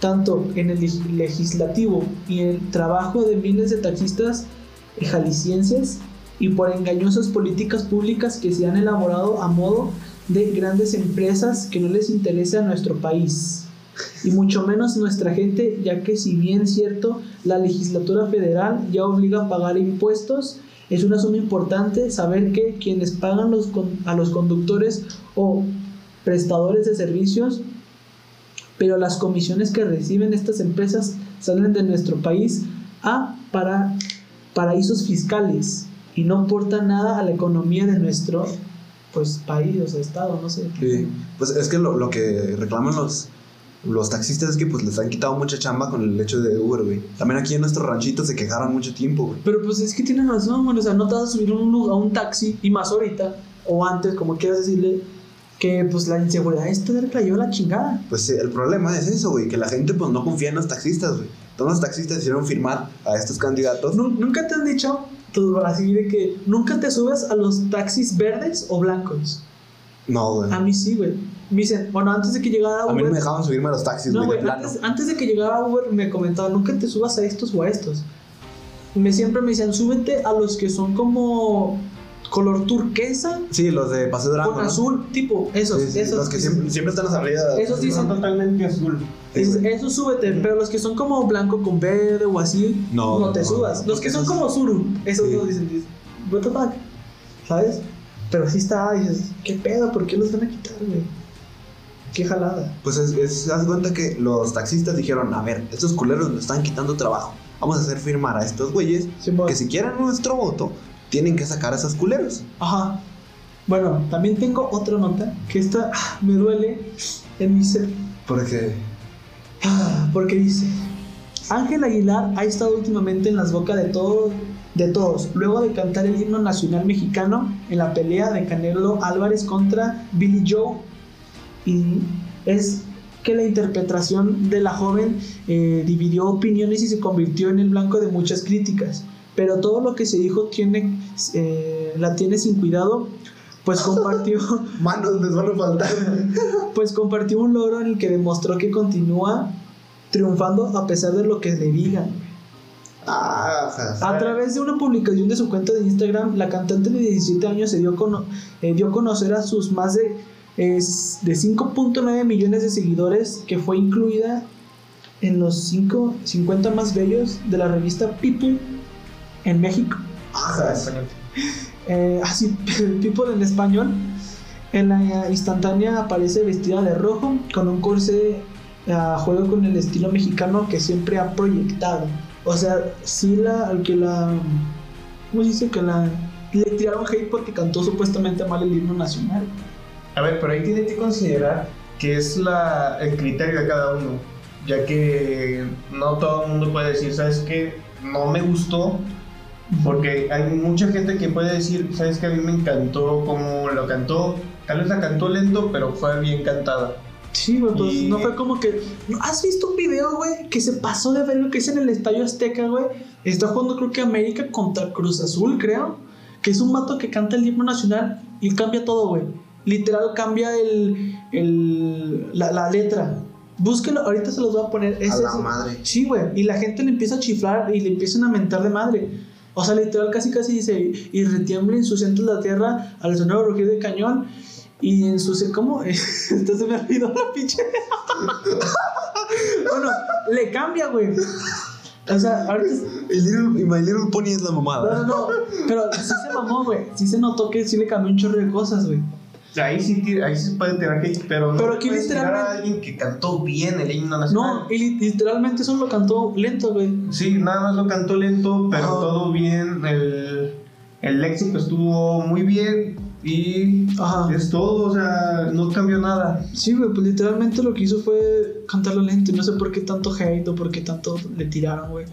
tanto en el leg- legislativo y en el trabajo de miles de taxistas jaliscienses y por engañosas políticas públicas que se han elaborado a modo de grandes empresas que no les interesa a nuestro país y mucho menos nuestra gente, ya que si bien cierto, la legislatura federal ya obliga a pagar impuestos, es una suma importante saber que quienes pagan los con- a los conductores o prestadores de servicios, pero las comisiones que reciben estas empresas salen de nuestro país a para paraísos fiscales y no aportan nada a la economía de nuestro pues país o sea, estado, no sé. Sí, pues es que lo, lo que reclaman los, los taxistas es que pues les han quitado mucha chamba con el hecho de Uber, güey. También aquí en nuestro ranchito se quejaron mucho tiempo, güey. Pero pues es que tienes razón, bueno, o sea, no te vas a subir a un, lu- a un taxi y más ahorita o antes, como quieras decirle, que pues la inseguridad esto de la lleva la chingada. Pues eh, el problema es eso, güey, que la gente pues no confía en los taxistas, güey. Todos los taxistas hicieron firmar a estos candidatos. Nu- Nunca te han dicho, tú, así de que nunca te subes a los taxis verdes o blancos. No, güey. A mí sí, güey. Me dicen, bueno, antes de que llegara A mí no Uber. me dejaban subirme a los taxis, no, güey, de güey, plano. antes, antes de que llegara Uber me comentaban, nunca te subas a estos o a estos. Me siempre me decían, súbete a los que son como color turquesa Sí, los de Paseo Durango. con ¿no? azul, tipo, esos, Sí, sí, esos. los que siempre, siempre están a la salida. de- Esos dicen- Son totalmente azul. Sí, Dices, güey. esos súbete, Ujú. pero los que son como blanco con verde o así, No, no, te no, subas. no, los que son esos- como Zuru, esos Sí. no dicen, dices, what the fuck, ¿sabes? Pero sí está, dices, qué pedo, ¿por qué los van a quitar, güey? Qué jalada. Pues es, es- haz cuenta que los taxistas dijeron, a ver, estos culeros nos están quitando trabajo. Vamos a hacer firmar a estos güeyes Simón. que si quieren nuestro voto, tienen que sacar a esos culeros. Ajá. Bueno, también tengo otra nota que esta ah, me duele en mi ser. Porque... Ah, *gasps* Porque dice, Ángel Aguilar ha estado últimamente en las bocas de todos, de todos, luego de cantar el himno nacional mexicano en la pelea de Canelo Álvarez contra Billy Joe. Y es que la interpretación de la joven eh, dividió opiniones y se convirtió en el blanco de muchas críticas. Pero todo lo que se dijo tiene, eh, la tiene sin cuidado, pues compartió Manos les van a faltar. pues compartió un logro en el que demostró que continúa triunfando a pesar de lo que le digan. Ajá. A través de una publicación de su cuenta de Instagram, la cantante de 17 años se dio, cono- eh, dio a conocer a sus más de, es- de 5.9 millones de seguidores que fue incluida en los cinco- 50 más bellos de la revista People en México. Ajá. Eh, así, *laughs* People en español. En la instantánea aparece vestida de rojo con un corse a juego con el estilo mexicano que siempre ha proyectado. O sea, sí la al que la ¿cómo se dice? que la le tiraron hate porque cantó supuestamente mal el himno nacional. A ver, pero ahí tiene que considerar que es la, el criterio de cada uno, ya que no todo el mundo puede decir, ¿sabes qué? No me gustó, porque hay mucha gente que puede decir, ¿sabes qué? A mí me encantó como lo cantó, tal vez la cantó lento, pero fue bien cantada. Sí, güey, pues Y- no fue como que. ¿no ¿Has visto un video, güey? Que se pasó de verlo, que es en el Estadio Azteca, güey. Está jugando, creo que América contra Cruz Azul, creo. Que es un mato que canta el himno nacional y cambia todo, güey. Literal, cambia el, el- la, la letra. Búsquelo, ahorita se los voy a poner. A Ese la es- madre. Sí, güey. Y la gente le empieza a chiflar y le empiezan a mentar de madre. O sea, literal, casi casi dice: Y retiemblen sus centros la tierra al sonoro rugir de cañón. Y en sus. ¿Cómo? *laughs* Esto se me olvidó la pinche. *laughs* bueno, le cambia, güey. O sea, ahorita. es- Y, Little- y My Little Pony es la No, no, mamada. no. Pero sí se mamó, güey. Sí se notó que sí le cambió un chorro de cosas, güey. Ahí sí, ti- ahí sí se puede tirar hate, pero no Pero aquí puedes tirar a literalmente- alguien que cantó bien el himno nacional. No, y li- literalmente eso lo cantó lento, güey. Sí, nada más lo cantó lento, pero Ajá. todo bien. El, el léxico estuvo muy bien y Ajá. es todo, o sea, no cambió nada. Sí, güey, pues literalmente lo que hizo fue cantarlo lento. y No sé por qué tanto hate o por qué tanto le tiraron, güey.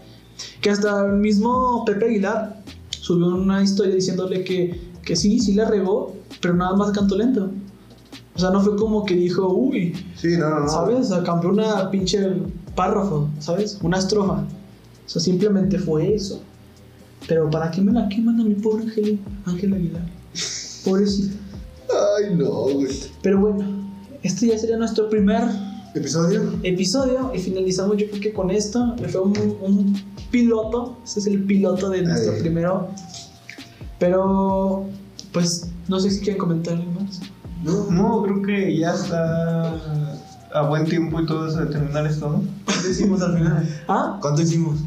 Que hasta el mismo Pepe Aguilar subió una historia diciéndole que, que sí, sí la regó, pero nada más cantó lento. O sea, no fue como que dijo, uy, Sí, no, no, no. ¿sabes? O sea, cambió una pinche párrafo, ¿sabes? Una estrofa. O sea, simplemente fue eso. Pero ¿para qué me la queman a mi pobre Ángel, Ángel Aguilar? Pobrecito. Ay, no, güey. Pero bueno, este ya sería nuestro primer ¿Episodio? episodio y finalizamos yo creo que con esto. Fue un, un piloto, este es el piloto de nuestro Ay. primero. Pero, pues, no sé si quieren comentar algo más. No, No, creo que ya está a buen tiempo y todo eso de terminar esto, ¿no? ¿Cuánto hicimos al final? Ah, ¿Cuánto hicimos?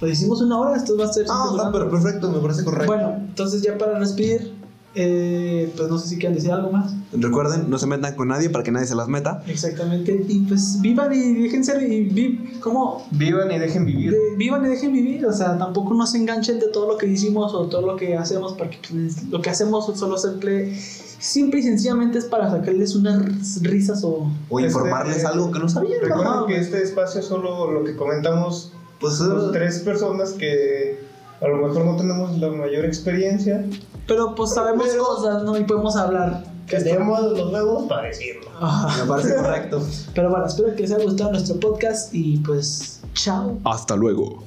pues hicimos una hora, esto va a ser... Ah, súper está grande. per- perfecto, me parece correcto. Bueno, entonces ya para despedir, Eh, pues no sé si quieren decir algo más. Recuerden, no se metan con nadie para que nadie se las meta. Exactamente. Y pues vivan y déjense y vi- ¿cómo? Vivan y dejen vivir. De- vivan y dejen vivir. O sea, tampoco no se enganchen de todo lo que hicimos o todo lo que hacemos, porque pues, lo que hacemos solo simple, simple y sencillamente es para sacarles unas risas o O Este, informarles algo que no sabían. Recuerden Ajá. que este espacio es solo lo que comentamos Pues, eh, los tres personas que a lo mejor no tenemos la mayor experiencia. Pero pues sabemos Pero- cosas, ¿no? Y podemos hablar. Que tenemos los huevos para decirlo. Ajá. me parece correcto. Pero bueno, espero que les haya gustado nuestro podcast y pues chao. Hasta luego.